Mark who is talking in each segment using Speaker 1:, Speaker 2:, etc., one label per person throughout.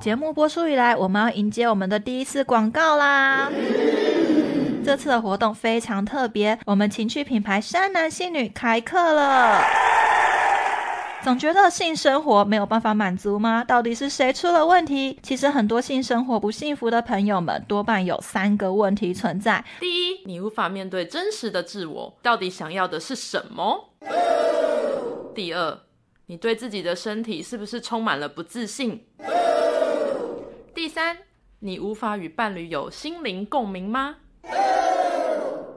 Speaker 1: 节目播出以来，我们要迎接我们的第一次广告啦！这次的活动非常特别，我们情趣品牌山男信女开课了。总觉得性生活没有办法满足吗？到底是谁出了问题？其实很多性生活不幸福的朋友们，多半有三个问题存在。
Speaker 2: 第一，你无法面对真实的自我，到底想要的是什么？第二，你对自己的身体是不是充满了不自信？第三，你无法与伴侣有心灵共鸣吗？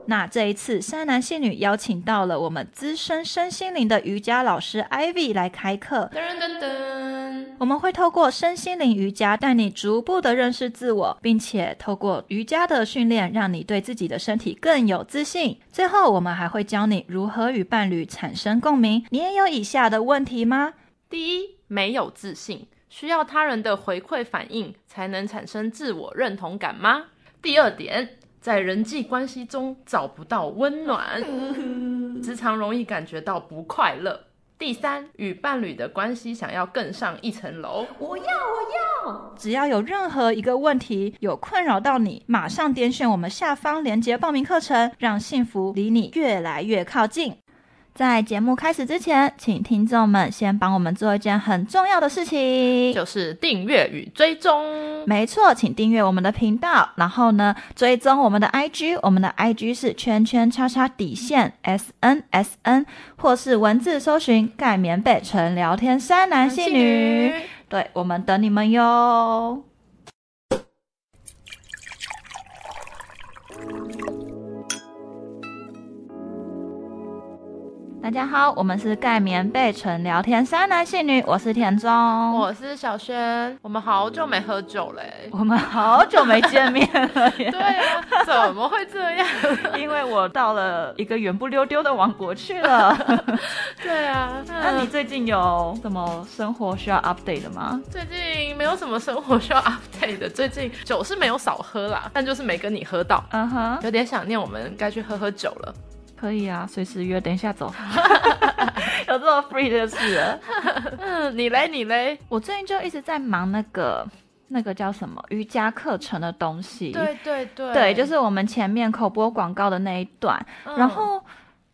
Speaker 1: 那这一次，山男信女邀请到了我们资深身心灵的瑜伽老师 Ivy 来开课。
Speaker 2: 噔噔噔，
Speaker 1: 我们会透过身心灵瑜伽，带你逐步的认识自我，并且透过瑜伽的训练，让你对自己的身体更有自信。最后，我们还会教你如何与伴侣产生共鸣。你也有以下的问题吗？
Speaker 2: 第一，没有自信，需要他人的回馈反应才能产生自我认同感吗？第二点，在人际关系中找不到温暖，时常容易感觉到不快乐。第三，与伴侣的关系想要更上一层楼。
Speaker 3: 我要，我要！
Speaker 1: 只要有任何一个问题有困扰到你，马上点选我们下方链接报名课程，让幸福离你越来越靠近。在节目开始之前，请听众们先帮我们做一件很重要的事情。
Speaker 2: 就是订阅与追踪。
Speaker 1: 没错，请订阅我们的频道，然后呢，追踪我们的 IG，我们的 IG 是圈圈叉叉底线 S N S N，或是文字搜寻“盖棉被纯聊天山男性女”，对我们等你们哟。大家好，我们是盖棉被纯聊天山男性女，我是田中，
Speaker 2: 我是小轩，我们好久没喝酒嘞。
Speaker 1: 我们好久没见面了耶，
Speaker 2: 对啊，怎么会这样？
Speaker 1: 因为我到了一个圆不溜丢的王国去了。
Speaker 2: 对啊，
Speaker 1: 那你最近有什么生活需要 update 的吗？
Speaker 2: 最近没有什么生活需要 update 的，最近酒是没有少喝啦，但就是没跟你喝到，
Speaker 1: 嗯哼，
Speaker 2: 有点想念，我们该去喝喝酒了。
Speaker 1: 可以啊，随时约，等一下 走。有这么 free 的事啊了？
Speaker 2: 嗯，你嘞，你嘞？
Speaker 1: 我最近就一直在忙那个那个叫什么瑜伽课程的东西。
Speaker 2: 对对对，
Speaker 1: 对，就是我们前面口播广告的那一段，
Speaker 2: 嗯
Speaker 1: 然后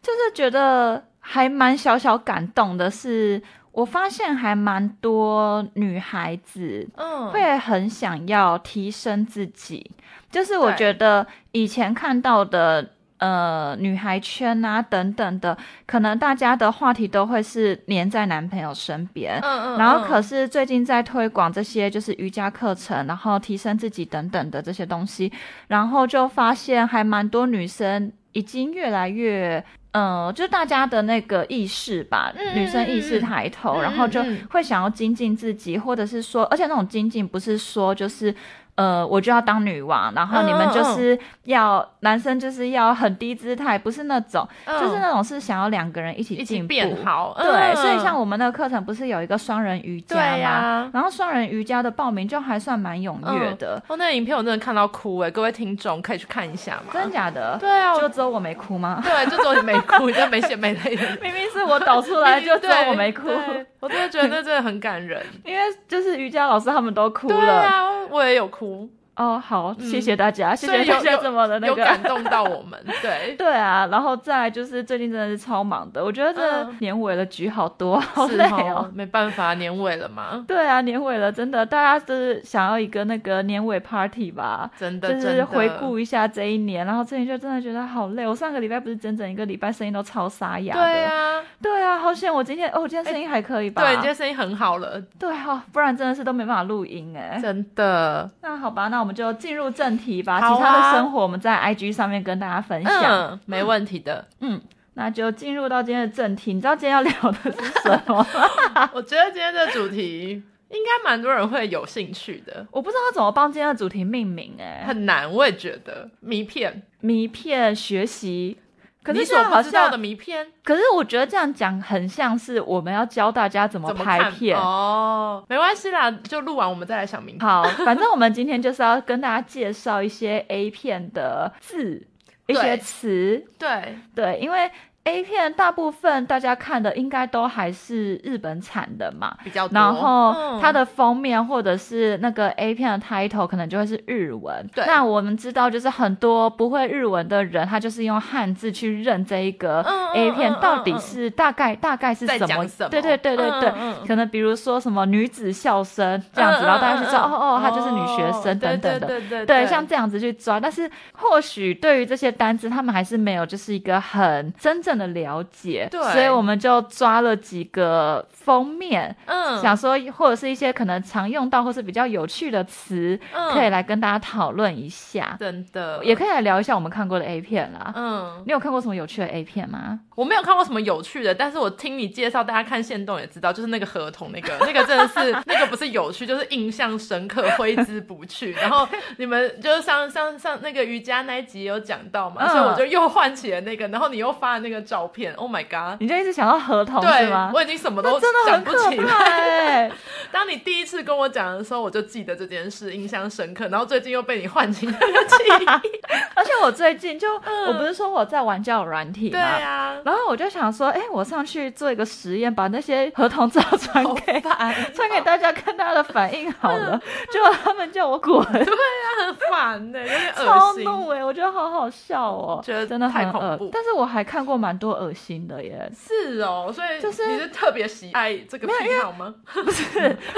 Speaker 1: 就是觉得还蛮小小感动的是。我发现还蛮多女孩子
Speaker 2: 嗯，
Speaker 1: 会很想要提升自己，就是我
Speaker 2: 对
Speaker 1: 觉得以前看到的。呃，女孩圈啊，等等的，可能大家的话题都会是黏在男朋友身边
Speaker 2: 嗯，嗯，
Speaker 1: 然后
Speaker 2: 嗯
Speaker 1: 可是最近在推广这些就是瑜伽课程，然后提升自己等等的这些东西，然后就发现还蛮多女生已经越来越。嗯，就是大家的那个意识吧，
Speaker 2: 嗯
Speaker 1: 女生意识抬头，
Speaker 2: 嗯嗯
Speaker 1: 然后就
Speaker 2: 嗯嗯
Speaker 1: 会想要精进自己，或者是说，而且那种精进不是说就是，呃，我就要当女王，然后你们
Speaker 2: 嗯
Speaker 1: 就是要、男生就是要很低姿态，不是那种，
Speaker 2: 嗯
Speaker 1: 就是那种是想要两个人一起
Speaker 2: 一起
Speaker 1: 进步，
Speaker 2: 变好，
Speaker 1: 对，
Speaker 2: 嗯
Speaker 1: 所以像我们那个课程不是有一个双人瑜伽
Speaker 2: 对
Speaker 1: 吗？
Speaker 2: 呀。
Speaker 1: 然后双人瑜伽的报名就还算蛮踊跃的，
Speaker 2: 哦，那个影片我真的看到哭哎，各位听众可以去看一下嘛。
Speaker 1: 真的假的？
Speaker 2: 对啊，我
Speaker 1: 就只有我没哭 吗？
Speaker 2: 对，就只有你没哭，就没血没泪的。
Speaker 1: 明明是我抖出来，就只有我没哭，
Speaker 2: 对对我真的觉得那真的很感人。
Speaker 1: 因为就是瑜伽老师他们都哭
Speaker 2: 对
Speaker 1: 了。
Speaker 2: 啊，我也有哭，
Speaker 1: 哦，好，
Speaker 2: 嗯
Speaker 1: 谢谢大家，谢
Speaker 2: 所
Speaker 1: 谢
Speaker 2: 以有
Speaker 1: 大家这么的那
Speaker 2: 有感
Speaker 1: 个。
Speaker 2: 动到我们。 对，
Speaker 1: 对啊，然后再来就是最近真的是超忙的，我觉得这
Speaker 2: 嗯
Speaker 1: 年尾了局好多，好
Speaker 2: 是
Speaker 1: 累哦
Speaker 2: 哦，没办法，年尾了嘛，
Speaker 1: 对啊，年尾了，真的，大家就是想要一个那个年尾 party 吧？
Speaker 2: 真的，
Speaker 1: 就
Speaker 2: 真
Speaker 1: 是
Speaker 2: 的
Speaker 1: 回顾。一下这一年，然后最近就真的觉得好累。我上个礼拜不是整整一个礼拜声音都超沙哑的，
Speaker 2: 对啊，哎
Speaker 1: 对啊，好险！我今天哦，我今天声音还可以吧？
Speaker 2: 对，你今天声音很好了，
Speaker 1: 对哦，不然真的是都没办法录音哎。
Speaker 2: 真的。
Speaker 1: 那好吧，那我们就进入正题吧。
Speaker 2: 好啊
Speaker 1: 其他的生活我们在 IG 上面跟大家分享。
Speaker 2: 嗯，没问题的。
Speaker 1: 嗯那就进入到今天的正题。你知道今天要聊的是什 么吗？
Speaker 2: 我觉得今天的主题应该蛮多人会有兴趣的，
Speaker 1: 我不知道要怎么帮今天的主题命名哎。
Speaker 2: 很难，我也觉得迷片。
Speaker 1: 迷片学习，可
Speaker 2: 你
Speaker 1: 是这
Speaker 2: 所
Speaker 1: 样好
Speaker 2: 不知道
Speaker 1: 像
Speaker 2: 的迷片
Speaker 1: 可是我觉得这样讲很像是我们要教大家怎么
Speaker 2: 怎么
Speaker 1: 拍
Speaker 2: 看？
Speaker 1: 片。
Speaker 2: 哦，没关系啦，就录完我们再来想名片。
Speaker 1: 好，反正我们今天就是要跟大家介绍一些 A 片的字、一
Speaker 2: 对
Speaker 1: 些词。
Speaker 2: 对，
Speaker 1: 对，因为 A 片大部分大家看的应该都还是日本产的嘛，
Speaker 2: 比较多。
Speaker 1: 然后它
Speaker 2: 嗯
Speaker 1: 的封面或者是那个 A 片的 title 可能就会是日文。
Speaker 2: 对
Speaker 1: 那我们知道就是很多不会日文的人，他就是用汉字去认这一个
Speaker 2: 嗯嗯
Speaker 1: A 片
Speaker 2: 嗯嗯
Speaker 1: 到底
Speaker 2: 嗯
Speaker 1: 是大概大概是
Speaker 2: 在
Speaker 1: 什么
Speaker 2: 讲什么
Speaker 1: 对对对对对，
Speaker 2: 嗯嗯嗯
Speaker 1: 可能比如说什么女子校生这样子，
Speaker 2: 嗯
Speaker 1: 然后大家就知道、
Speaker 2: 嗯嗯
Speaker 1: 哦哦，
Speaker 2: 嗯
Speaker 1: 她就是女学生
Speaker 2: 对
Speaker 1: 等等的。
Speaker 2: 对对对
Speaker 1: 对，像这样子去抓，但是或许对于这些单字，他们还是没有就是一个很真正的了解，
Speaker 2: 对
Speaker 1: 所以我们就抓了几个封面，
Speaker 2: 嗯
Speaker 1: 想说或者是一些可能常用到或是比较有趣的词，
Speaker 2: 嗯
Speaker 1: 可以来跟大家讨论一下，
Speaker 2: 真的
Speaker 1: 也可以来聊一下我们看过的 A 片啦。
Speaker 2: 嗯，
Speaker 1: 你有看过什么有趣的 A 片吗？
Speaker 2: 我没有看过什么有趣的，但是我听你介绍，大家看线动也知道，就是那个合同，那个 那个真的是那个不是有趣，就是印象深刻，挥之不去。然后你们就是上上上那个瑜伽那一集有讲到嘛，
Speaker 1: 嗯
Speaker 2: 所以我就又唤起了那个，然后你又发了那个照片，Oh my god！
Speaker 1: 你就一直想到合同是
Speaker 2: 对
Speaker 1: 吗，？
Speaker 2: 我已经什么
Speaker 1: 那
Speaker 2: 都
Speaker 1: 真的
Speaker 2: 想
Speaker 1: 很
Speaker 2: 不
Speaker 1: 可
Speaker 2: 起
Speaker 1: 怕
Speaker 2: 来。
Speaker 1: 哎、
Speaker 2: 当你第一次跟我讲的时候，我就记得这件事，印象深刻。然后最近又被你唤起那个记 忆。
Speaker 1: 而且我最近就、我不是说我在玩交友软体吗？
Speaker 2: 嗯对啊，
Speaker 1: 然后我就想说，哎，我上去做一个实验，把那些合同照传
Speaker 2: 好
Speaker 1: 给
Speaker 2: 烦，哦嗯
Speaker 1: 传给大家，看大家的反应好了。结果他们叫我滚，
Speaker 2: 很烦呢、欸有点
Speaker 1: 超
Speaker 2: 恶心。
Speaker 1: 怒哎、我觉得好好笑哦，
Speaker 2: 觉得
Speaker 1: 真的
Speaker 2: 太
Speaker 1: 很
Speaker 2: 恐
Speaker 1: 恶
Speaker 2: 怖
Speaker 1: 但是我还看过蛮多恶心的耶，
Speaker 2: 是哦，所以
Speaker 1: 就是
Speaker 2: 你是特别喜爱这个癖好吗？
Speaker 1: 不是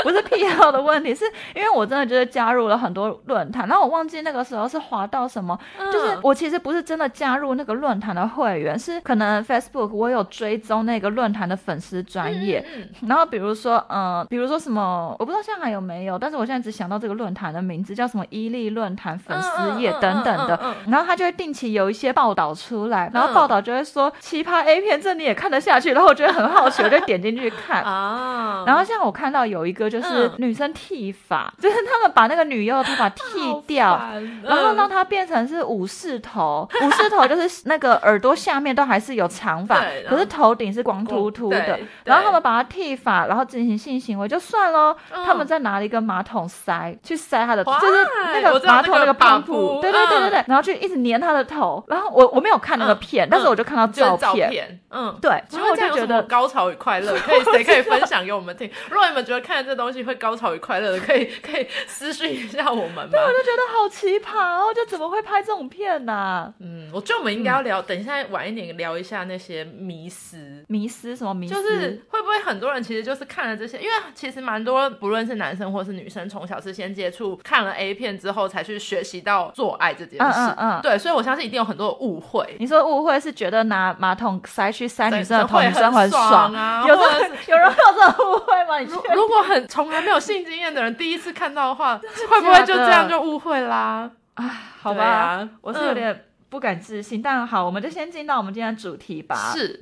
Speaker 1: 不是癖好的问题，是因为我真的就是加入了很多论坛，然后我忘记那个时候是滑到什么，
Speaker 2: 嗯
Speaker 1: 就是我其实不是真的加入那个论坛的会员，是可能 Facebook 我有追踪那个论坛的粉丝专业，
Speaker 2: 嗯
Speaker 1: 然后比如说，嗯、比如说什么，我不知道上海有没有，但是我现在只想到这个论坛的名字叫什么伊利论坛粉丝页
Speaker 2: 嗯嗯嗯
Speaker 1: 等等的，
Speaker 2: 嗯
Speaker 1: 然后他就会定期有一些报道出来，然后报道就会说、奇葩 A 片这你也看得下去，然后我觉得很好奇，我就点进去看。
Speaker 2: 啊，
Speaker 1: 然后像我看到有一个就是
Speaker 2: 嗯
Speaker 1: 女生剃发，就是他们把那个女优的头发剃掉，
Speaker 2: 好烦
Speaker 1: 然后让
Speaker 2: 嗯
Speaker 1: 它变成是武士头，武士头就是那个耳朵下面都还是有长发
Speaker 2: 对，
Speaker 1: 可
Speaker 2: 然后
Speaker 1: 是头顶是光秃秃
Speaker 2: 光
Speaker 1: 的
Speaker 2: 对。
Speaker 1: 然后他们把它剃发，然后进行性行为就算喽。
Speaker 2: 嗯
Speaker 1: 他们再拿了一个马桶塞去塞他的，就
Speaker 2: Why？
Speaker 1: 是那
Speaker 2: 我
Speaker 1: 个
Speaker 2: 知道
Speaker 1: 马桶
Speaker 2: 那个
Speaker 1: 帮
Speaker 2: 绑
Speaker 1: 浦，
Speaker 2: 布
Speaker 1: 对对对对对，然后就一直粘他的头。然后我我没有看那个
Speaker 2: 嗯
Speaker 1: 片，但是
Speaker 2: 嗯
Speaker 1: 我就看到
Speaker 2: 就是照
Speaker 1: 片，
Speaker 2: 片，嗯。
Speaker 1: 对，然
Speaker 2: 请
Speaker 1: 后
Speaker 2: 问
Speaker 1: 我
Speaker 2: 这
Speaker 1: 就
Speaker 2: 样有
Speaker 1: 觉
Speaker 2: 什么
Speaker 1: 得
Speaker 2: 高潮与 快乐，可以谁可以分享给我们听？ 如果你们觉得看了这东西会高潮与快乐的，可以可以私讯一下我们吗？
Speaker 1: 我就觉得好奇葩哦，就怎么会拍这种片呢？
Speaker 2: 嗯，我觉得我们应该要聊，等一下晚一点聊一下那些迷思。
Speaker 1: 迷失什么迷失？
Speaker 2: 就是会不会很多人其实就是看了这些，因为其实蛮多不论是男生或是女生，从小是先接触看了 A 片之后才去学习到做爱这件事。
Speaker 1: 嗯嗯嗯
Speaker 2: 对，所以我相信一定有很多的误 会。
Speaker 1: 你说误会是觉得拿马桶塞去塞女生的头，
Speaker 2: 会
Speaker 1: 女生
Speaker 2: 很
Speaker 1: 爽
Speaker 2: 爽啊
Speaker 1: 有
Speaker 2: 或者
Speaker 1: 这有人会有这种误会吗？你确
Speaker 2: 如
Speaker 1: 定
Speaker 2: 如果很从来没有性经验的人第一次看到的 话，会不会就这样就误会啦？
Speaker 1: 啊？好吧，
Speaker 2: 对啊
Speaker 1: 我是有点不敢置信，但好，我们就先进到我们今天的主题吧。，
Speaker 2: 是，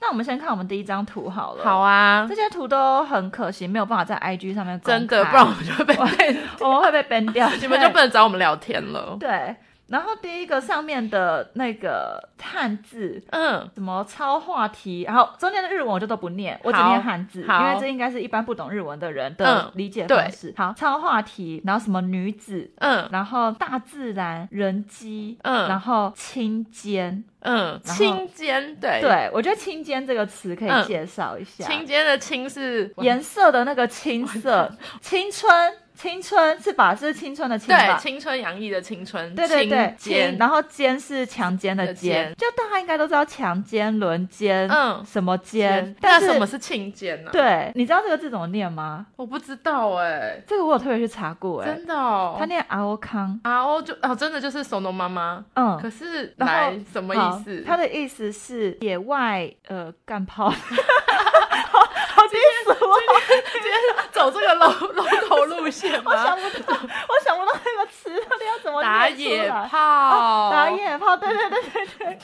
Speaker 1: 那我们先看我们第一张图好了。
Speaker 2: 好，啊
Speaker 1: 这，些图都很可惜，没有办法在 IG 上面公开
Speaker 2: 真的，不 然我们就会被
Speaker 1: 我们会被 ban 掉，
Speaker 2: 你们就不能找我们聊天了。
Speaker 1: 对对。然后第一个上面的那个汉字
Speaker 2: 嗯，
Speaker 1: 什么超话题，然后中间的日文我就都不念，我只念汉字，
Speaker 2: 好
Speaker 1: 因为这应该是一般不懂日文的人的
Speaker 2: 嗯
Speaker 1: 理解方式。好，超话题，然后什么女子，
Speaker 2: 嗯
Speaker 1: 然后大自然、人机，
Speaker 2: 嗯
Speaker 1: 然后青间。
Speaker 2: 嗯，
Speaker 1: 然后
Speaker 2: 青尖，对，
Speaker 1: 对，我觉得青间这个词可以
Speaker 2: 哎嗯
Speaker 1: 介绍一下，
Speaker 2: 青尖的青是
Speaker 1: 颜色的那个青色，青春，青春是吧？是青春的青
Speaker 2: 对
Speaker 1: 吧？
Speaker 2: 青春洋溢的青春，
Speaker 1: 对对对，
Speaker 2: 青尖
Speaker 1: 青，然后奸是强奸的
Speaker 2: 的
Speaker 1: 奸，
Speaker 2: 奸
Speaker 1: 就大家应该都知道强奸、轮奸，
Speaker 2: 嗯
Speaker 1: 什么奸
Speaker 2: 尖，
Speaker 1: 但
Speaker 2: 那
Speaker 1: 是
Speaker 2: 什么是青尖呢？，
Speaker 1: 对，你知道这个字怎么念吗？
Speaker 2: 我不知道哎，
Speaker 1: 这个我有特别去查过、欸，
Speaker 2: 真的哦
Speaker 1: 他。念 ao 康，
Speaker 2: 啊哦，就哦，真的就是怂农妈妈。
Speaker 1: 嗯，
Speaker 2: 可是
Speaker 1: 然后
Speaker 2: 来什么意思？
Speaker 1: 他的意思是野外呃干炮， 好好低俗哦，
Speaker 2: 今天 走这个龙龙头路线
Speaker 1: 我想
Speaker 2: 吗？
Speaker 1: 不到，我想不到那个词到底要怎么
Speaker 2: 打
Speaker 1: 念出
Speaker 2: 野
Speaker 1: 来。啊
Speaker 2: 炮，
Speaker 1: 打野炮，对对对对对，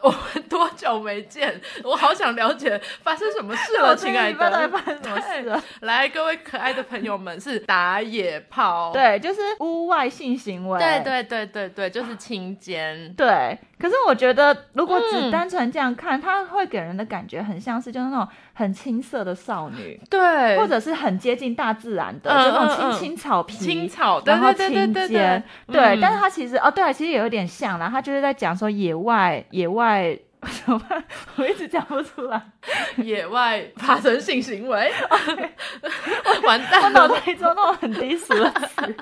Speaker 2: 我们多久没见？我好想了解发生什么事
Speaker 1: 我
Speaker 2: 了，亲爱
Speaker 1: 不知道
Speaker 2: 的
Speaker 1: 在。发生什么事了。
Speaker 2: 来，各位可爱的朋友们，是打野炮。
Speaker 1: 对，就是屋外性行为。
Speaker 2: 对对对对对，就是青尖。
Speaker 1: 对，可是我觉得，如果只
Speaker 2: 嗯
Speaker 1: 单纯这样看，它会给人的感觉很像是就是那种很青涩的少女，
Speaker 2: 对
Speaker 1: 或者是很接近大自然的，
Speaker 2: 嗯
Speaker 1: 就那
Speaker 2: 嗯
Speaker 1: 种
Speaker 2: 嗯
Speaker 1: 青青草皮。
Speaker 2: 青草，对
Speaker 1: 然后
Speaker 2: 对
Speaker 1: 青
Speaker 2: 对
Speaker 1: 间，
Speaker 2: 对对
Speaker 1: 对
Speaker 2: 对，嗯
Speaker 1: 但是它其实哦，对，其实也有点像啦，它就是在讲说野外野外怎么办？我一直讲不出来，
Speaker 2: 野外发生性行为，完
Speaker 1: 我
Speaker 2: 蛋
Speaker 1: 脑
Speaker 2: 了，
Speaker 1: 袋里做那种很低俗的词。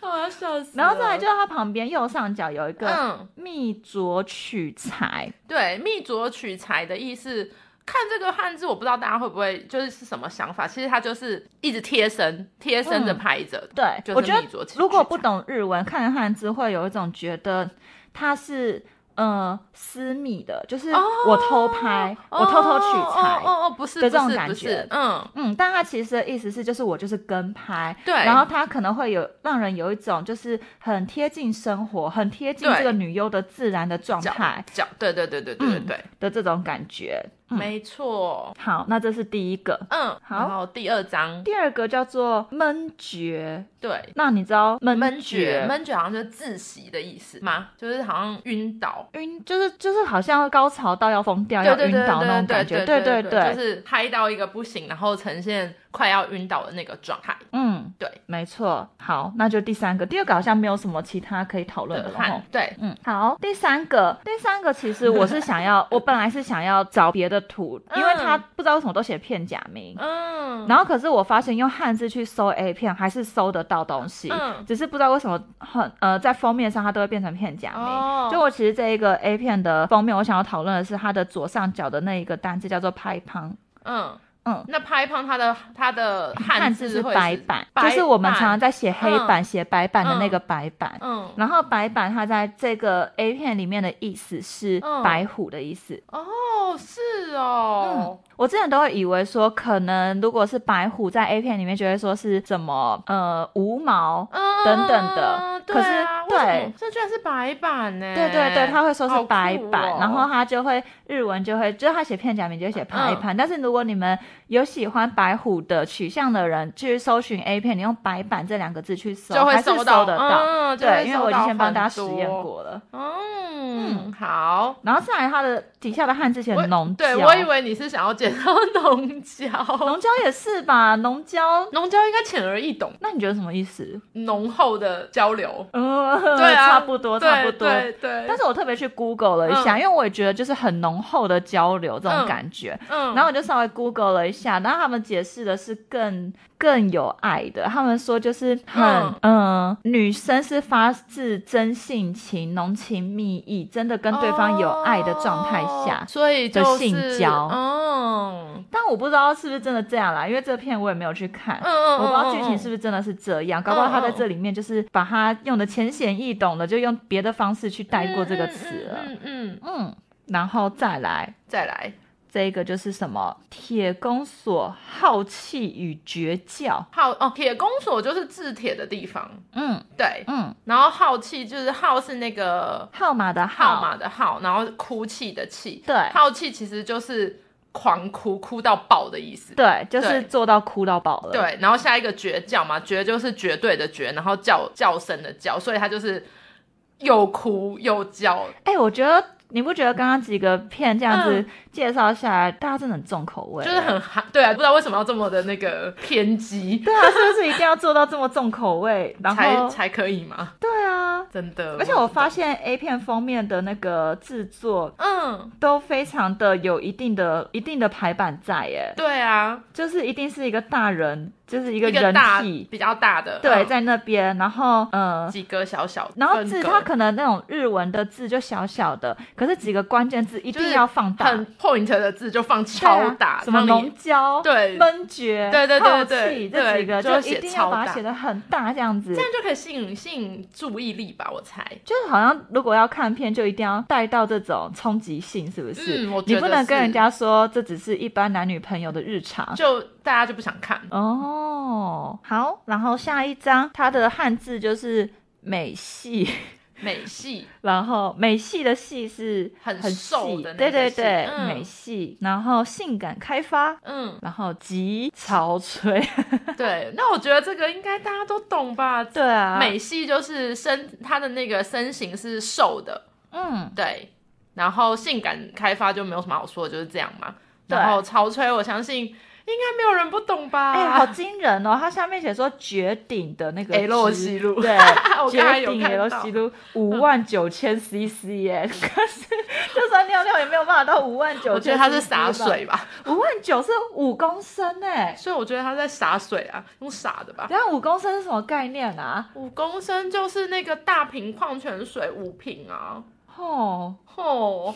Speaker 2: 我要笑死了。
Speaker 1: 然后再来就是它旁边右上角有一个
Speaker 2: 嗯，
Speaker 1: 密酌取材，
Speaker 2: 对，密酌取材的意思。看这个汉字，我不知道大家会不会就是是什么想法。其实它就是一直贴身、贴身的
Speaker 1: 嗯
Speaker 2: 拍着，
Speaker 1: 对，
Speaker 2: 就是
Speaker 1: 我觉
Speaker 2: 密
Speaker 1: 得
Speaker 2: 酌取
Speaker 1: 如果
Speaker 2: 材
Speaker 1: 不懂日文，看汉字会有一种觉得它是呃私密的，就是
Speaker 2: 哦
Speaker 1: 我偷拍，我偷偷取材。
Speaker 2: 哦哦哦，不是
Speaker 1: 的这种
Speaker 2: 不是
Speaker 1: 感
Speaker 2: 不
Speaker 1: 觉
Speaker 2: 是，嗯，
Speaker 1: 嗯，但它其实的意思是，就是我就是跟拍，
Speaker 2: 对。
Speaker 1: 然后它可能会有让人有一种就是很贴近生活、很贴近
Speaker 2: 对
Speaker 1: 这个女优的自然的状
Speaker 2: 脚
Speaker 1: 态
Speaker 2: 脚，对对对对对对
Speaker 1: 嗯
Speaker 2: 对，
Speaker 1: 的这种感觉。嗯，
Speaker 2: 没错。
Speaker 1: 好，那这是第一个。
Speaker 2: 嗯，
Speaker 1: 好
Speaker 2: 然后第二章，
Speaker 1: 第二个叫做闷绝，
Speaker 2: 对，
Speaker 1: 那你知道闷
Speaker 2: 闷
Speaker 1: 绝
Speaker 2: 厥，闷厥好像就是窒息的意思吗？就是好像晕倒，
Speaker 1: 晕就是就是好像高潮到要疯掉、
Speaker 2: 对
Speaker 1: 要
Speaker 2: 对
Speaker 1: 晕
Speaker 2: 对
Speaker 1: 倒那种
Speaker 2: 对
Speaker 1: 感觉，
Speaker 2: 对
Speaker 1: 对
Speaker 2: 对，就是嗨到一个不行，然后呈现快要晕倒的那个状态。
Speaker 1: 嗯，
Speaker 2: 对，
Speaker 1: 没错。好，那就第三个，第二个好像没有什么其他可以讨论的
Speaker 2: 对，
Speaker 1: 了吼
Speaker 2: 汗。对，
Speaker 1: 嗯，好，第三个，第三个其实我是想 要，我本来是想要找别的图，因为他
Speaker 2: 嗯
Speaker 1: 不知道为什么都写片假名。
Speaker 2: 嗯，
Speaker 1: 然后可是我发现用汉字去搜 A 片还是搜得到东西，
Speaker 2: 嗯
Speaker 1: 只是不知道为什么很呃在封面上它都会变成片假名。
Speaker 2: 哦
Speaker 1: 就我其实这一个 A 片的封面，我想要讨论的是它的左上角的那一个单字叫做拍胖，
Speaker 2: 嗯
Speaker 1: 嗯
Speaker 2: 那拍胖它的它的
Speaker 1: 汉
Speaker 2: 汉
Speaker 1: 字
Speaker 2: 会
Speaker 1: 白板，
Speaker 2: 白
Speaker 1: 就是我们常常
Speaker 2: 板
Speaker 1: 在写黑板、写白板的那个白板。
Speaker 2: 嗯
Speaker 1: 然后白板它在这个 A 片里面的意思是
Speaker 2: 嗯
Speaker 1: 白虎的意思。嗯
Speaker 2: 哦是哦，
Speaker 1: 我之前都会以为说，可能如果是白虎在 A 片里面，就会说是什么呃无毛，
Speaker 2: 嗯
Speaker 1: 等等的
Speaker 2: 对
Speaker 1: 可是
Speaker 2: 啊为
Speaker 1: 对
Speaker 2: 什么这居然是白板呢？
Speaker 1: 对对对，他会说是
Speaker 2: 哎好酷
Speaker 1: 白板，
Speaker 2: 哦
Speaker 1: 然后他就会日文就会，就是他写片假名就会写拍一拍。
Speaker 2: 嗯
Speaker 1: 但是如果你们有喜欢白虎的取向的人去搜寻 A 片，你用白板这两个字去搜，
Speaker 2: 就会
Speaker 1: 还是搜
Speaker 2: 到，
Speaker 1: 得到。
Speaker 2: 嗯，就会
Speaker 1: 对，因为我已经
Speaker 2: 搜
Speaker 1: 先
Speaker 2: 到
Speaker 1: 帮大家
Speaker 2: 很
Speaker 1: 实
Speaker 2: 多
Speaker 1: 验。过了。
Speaker 2: 嗯，好。
Speaker 1: 然后再来，它的底下的汉字写
Speaker 2: 我
Speaker 1: 浓胶，
Speaker 2: 对，我以为你是想要介 绍农胶，
Speaker 1: 浓胶也是吧？浓胶，
Speaker 2: 农胶应该浅而易懂，
Speaker 1: 那你觉得什么意思？
Speaker 2: 浓厚的交流，
Speaker 1: 嗯，
Speaker 2: 对啊
Speaker 1: 差不多，差不多。
Speaker 2: 对嗯对，
Speaker 1: 但是我特别去 Google 了一下，因为我也觉得就是很浓厚的交流这种
Speaker 2: 嗯
Speaker 1: 感觉。
Speaker 2: 嗯，
Speaker 1: 然后我就稍微 Google 了一下，然后他们解释的是更更有爱的。他们说就是很嗯、呃女生是发自真性情、浓情蜜意，真的跟对方有爱的状态下。
Speaker 2: 哦所以就是
Speaker 1: 的性交
Speaker 2: 嗯
Speaker 1: 但我不知道是不是真的这样啦，因为这片我也没有去看。
Speaker 2: 嗯嗯，
Speaker 1: 我不知道剧情是不
Speaker 2: 是
Speaker 1: 是真的是这样，搞不好他在这里面就是把它用的浅显易懂的，就用别的方式去带过这个词了。
Speaker 2: 嗯嗯嗯嗯，
Speaker 1: 嗯，然后再来
Speaker 2: 再来，
Speaker 1: 这个就是什么铁公所好气与绝教。
Speaker 2: 好哦，铁公所就是制铁的地方，
Speaker 1: 嗯
Speaker 2: 对，
Speaker 1: 嗯，
Speaker 2: 然后好气就是好是那个
Speaker 1: 号码的号
Speaker 2: 号码的号，然后哭泣的泣，
Speaker 1: 对
Speaker 2: 好气其实就是狂哭，哭到爆的意思。
Speaker 1: 对，就是
Speaker 2: 对
Speaker 1: 做到哭到爆了。，
Speaker 2: 对，然后下一个绝叫嘛，绝就是绝对的绝，然后叫叫声的叫，所以他就是又哭又叫，
Speaker 1: 哎、我觉得你不觉得刚刚几个片这样子
Speaker 2: 嗯
Speaker 1: 介绍下来，大家真的很重口味，
Speaker 2: 就是很哈对啊，不知道为什么要这么的那个偏激，
Speaker 1: 对啊，是不是一定要做到这么重口味？然
Speaker 2: 才
Speaker 1: 后
Speaker 2: 才可以吗？
Speaker 1: 对啊，
Speaker 2: 真的，
Speaker 1: 而且我发现 A 片封面的那个制作
Speaker 2: 嗯，
Speaker 1: 都非常的有一定的一定的排版在耶，
Speaker 2: 对啊，
Speaker 1: 就是一定是一个大人，就是一
Speaker 2: 一
Speaker 1: 个人
Speaker 2: 大
Speaker 1: 气，
Speaker 2: 比较大的，
Speaker 1: 对，
Speaker 2: 嗯
Speaker 1: 在那边，然后呃。
Speaker 2: 几个小小，
Speaker 1: 然后字，它可能那种日文的字就小小的，可是几个关键字一
Speaker 2: 就是
Speaker 1: 定要放大，
Speaker 2: 很 point 的字就放
Speaker 1: 对啊
Speaker 2: 超大，
Speaker 1: 什么
Speaker 2: 让你
Speaker 1: 浓胶、
Speaker 2: 对
Speaker 1: 闷绝、
Speaker 2: 对对对
Speaker 1: 好
Speaker 2: 对
Speaker 1: 气
Speaker 2: 对
Speaker 1: 这几个
Speaker 2: 就要
Speaker 1: 一
Speaker 2: 写
Speaker 1: 定要
Speaker 2: 超
Speaker 1: 把它
Speaker 2: 大
Speaker 1: 写的很大这样子
Speaker 2: 这，样就可以吸引吸引注意力吧，我猜。
Speaker 1: 就是好像如果要看片，就一定要带到这种冲击性，是不是？
Speaker 2: 嗯我
Speaker 1: 你
Speaker 2: 觉得
Speaker 1: 不能跟
Speaker 2: 是
Speaker 1: 人家说这只是一般男女朋友的日常。
Speaker 2: 就大家就不想看。
Speaker 1: 哦，好，然后下一张它的汉字就是美系，
Speaker 2: 美系
Speaker 1: 然后美系的系是
Speaker 2: 很
Speaker 1: 很
Speaker 2: 瘦
Speaker 1: 细
Speaker 2: 的那
Speaker 1: 对
Speaker 2: 个
Speaker 1: 对
Speaker 2: 系
Speaker 1: 对，
Speaker 2: 嗯
Speaker 1: 美系，然后性感开发，
Speaker 2: 嗯，
Speaker 1: 然后极潮吹，
Speaker 2: 对，那我觉得这个应该大家都懂吧？
Speaker 1: 对啊，
Speaker 2: 美系就是身，她的那个身形是瘦的，
Speaker 1: 嗯，
Speaker 2: 对，然后性感开发就没有什么好说的，就是这样嘛。
Speaker 1: 对
Speaker 2: 然后潮吹，我相信应该没有人不懂吧？
Speaker 1: 哎、好惊人哦！它下面写说绝顶的那个
Speaker 2: L
Speaker 1: 值
Speaker 2: 哎 西路
Speaker 1: 对
Speaker 2: 我，刚才
Speaker 1: 绝
Speaker 2: 有
Speaker 1: 顶
Speaker 2: 看
Speaker 1: L
Speaker 2: 到嗯
Speaker 1: 西路五万九千 CC 耶， 可是就算尿尿也没有办法到五万九，
Speaker 2: 我觉得他是洒，水吧，
Speaker 1: 五万九是五公升哎，
Speaker 2: 所以我觉得他在洒水啊，用洒的吧。
Speaker 1: 等一下五公升是什么概念啊？
Speaker 2: 五公升就是那个大瓶矿泉水五瓶啊，
Speaker 1: 哦，
Speaker 2: 吼，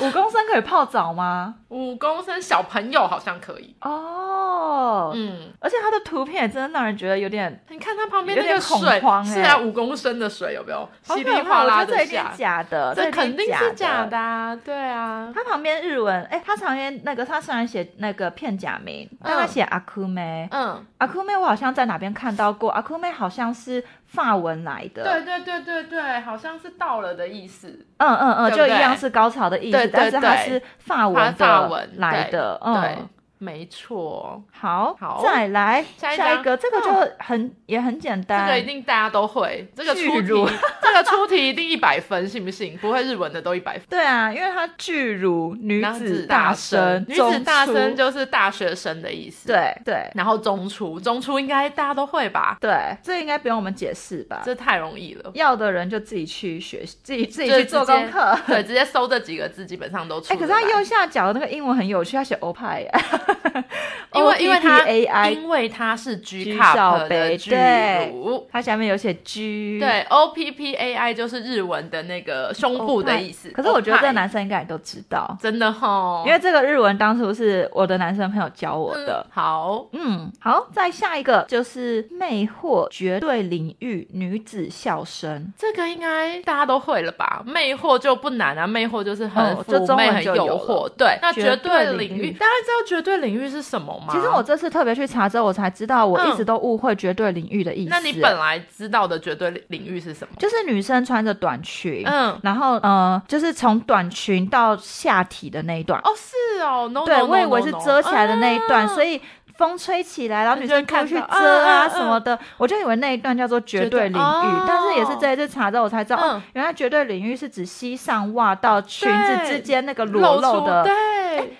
Speaker 1: 五公升可以泡澡吗？
Speaker 2: 五公升小朋友好像可以。
Speaker 1: 哦，
Speaker 2: 嗯，
Speaker 1: 而且它的图片也真的让人觉得有点
Speaker 2: 你看它旁边那
Speaker 1: 有
Speaker 2: 个
Speaker 1: 点恐
Speaker 2: 水
Speaker 1: 慌，欸
Speaker 2: 是啊，五公升的水有没有？
Speaker 1: 好
Speaker 2: 稀里
Speaker 1: 可怕
Speaker 2: 哗啦
Speaker 1: 我觉得
Speaker 2: 的
Speaker 1: 这一定
Speaker 2: 下，
Speaker 1: 假的，
Speaker 2: 这
Speaker 1: 一
Speaker 2: 肯定是假
Speaker 1: 假
Speaker 2: 的。啊，对啊。
Speaker 1: 它旁边日文，哎、它旁边那个，它虽然写那个片假名，但它写阿库梅，
Speaker 2: 嗯，
Speaker 1: 阿库梅我好像在哪边看到过，阿库梅好像是法文来的，
Speaker 2: 对，对对对对，好像是到了的意思。
Speaker 1: 嗯嗯嗯，
Speaker 2: 对
Speaker 1: 就
Speaker 2: 不对
Speaker 1: 一样是高潮的意思，
Speaker 2: 对对
Speaker 1: 但是它
Speaker 2: 对
Speaker 1: 是法
Speaker 2: 它
Speaker 1: 文
Speaker 2: 法
Speaker 1: 的
Speaker 2: 文
Speaker 1: 来的，
Speaker 2: 对对
Speaker 1: 嗯，，
Speaker 2: 没错，
Speaker 1: 好，
Speaker 2: 好
Speaker 1: 再来
Speaker 2: 下一
Speaker 1: 一
Speaker 2: 张哦
Speaker 1: 个，这个就很、也很简
Speaker 2: 这
Speaker 1: 单，
Speaker 2: 个一定大家都会，这个
Speaker 1: 巨
Speaker 2: 出题
Speaker 1: 乳，
Speaker 2: 这个出题一定一百分，信不信？不会日文的都一百分。
Speaker 1: 对啊，因为它巨乳女
Speaker 2: 然后
Speaker 1: 子大
Speaker 2: 生，女子
Speaker 1: 中
Speaker 2: 大
Speaker 1: 出
Speaker 2: 生就是大学生的意思。，
Speaker 1: 对对
Speaker 2: 然后中出，中出应该大家都会吧？
Speaker 1: 对，这应该不用我们解释吧？
Speaker 2: 这太容易了，
Speaker 1: 要的人就自己去学，自己自己
Speaker 2: 就是
Speaker 1: 去做
Speaker 2: 直接
Speaker 1: 功课。
Speaker 2: 对，直接搜这几个字基本上都出
Speaker 1: 哎、
Speaker 2: 得来。
Speaker 1: 可是它右下角的那个英文很有趣，它写 OPI，耶
Speaker 2: 因为因为它
Speaker 1: OPPAI AI，
Speaker 2: 因为它是 G
Speaker 1: G
Speaker 2: cup
Speaker 1: 罩
Speaker 2: 的
Speaker 1: 杯
Speaker 2: 巨
Speaker 1: 对
Speaker 2: 乳。
Speaker 1: 它下面有写 G，
Speaker 2: 对，O P P A I 就是日文的那个胸部的意思。
Speaker 1: 可是我觉得这
Speaker 2: 欧派
Speaker 1: 个男生应该也都知道，
Speaker 2: 真的吼，
Speaker 1: 因为这个日文当初是我的男生朋友教我
Speaker 2: 嗯
Speaker 1: 的。
Speaker 2: 好，
Speaker 1: 嗯，好，再下一个就是魅惑绝对领域女子笑声。
Speaker 2: 这个应该大家都会了吧？魅惑就不难啊，魅惑就是很
Speaker 1: 嗯就
Speaker 2: 妩
Speaker 1: 中
Speaker 2: 媚、
Speaker 1: 文
Speaker 2: 很
Speaker 1: 就有
Speaker 2: 诱惑。对，那绝
Speaker 1: 绝
Speaker 2: 对
Speaker 1: 对
Speaker 2: 领
Speaker 1: 领
Speaker 2: 域，
Speaker 1: 域
Speaker 2: 大家知道绝对领域是什么吗？
Speaker 1: 其实我这次特别去查之后，我才知道我
Speaker 2: 嗯
Speaker 1: 一直都误会绝对领域的意思。
Speaker 2: 那你本来知道的绝对领域是什么？
Speaker 1: 就是女生穿着短裙，
Speaker 2: 嗯，
Speaker 1: 然后呃，就是从短裙到下体的那一段。
Speaker 2: 哦，是哦，no，
Speaker 1: 对
Speaker 2: no, no,
Speaker 1: 我以为是
Speaker 2: no, no
Speaker 1: 遮起来的那一段，
Speaker 2: 啊
Speaker 1: 所以风吹起来，然后
Speaker 2: 你
Speaker 1: 女
Speaker 2: 就会
Speaker 1: 生过去
Speaker 2: 看
Speaker 1: 遮
Speaker 2: 到嗯
Speaker 1: 啊
Speaker 2: 嗯
Speaker 1: 什么的，我就以为那一段叫做绝
Speaker 2: 绝对
Speaker 1: 对领域，
Speaker 2: 哦
Speaker 1: 但是也是这一次查之后我才知道，
Speaker 2: 嗯
Speaker 1: 哦，原来绝对领域是指膝上袜到裙子
Speaker 2: 对
Speaker 1: 之间那个裸
Speaker 2: 露
Speaker 1: 露
Speaker 2: 出
Speaker 1: 的，
Speaker 2: 对。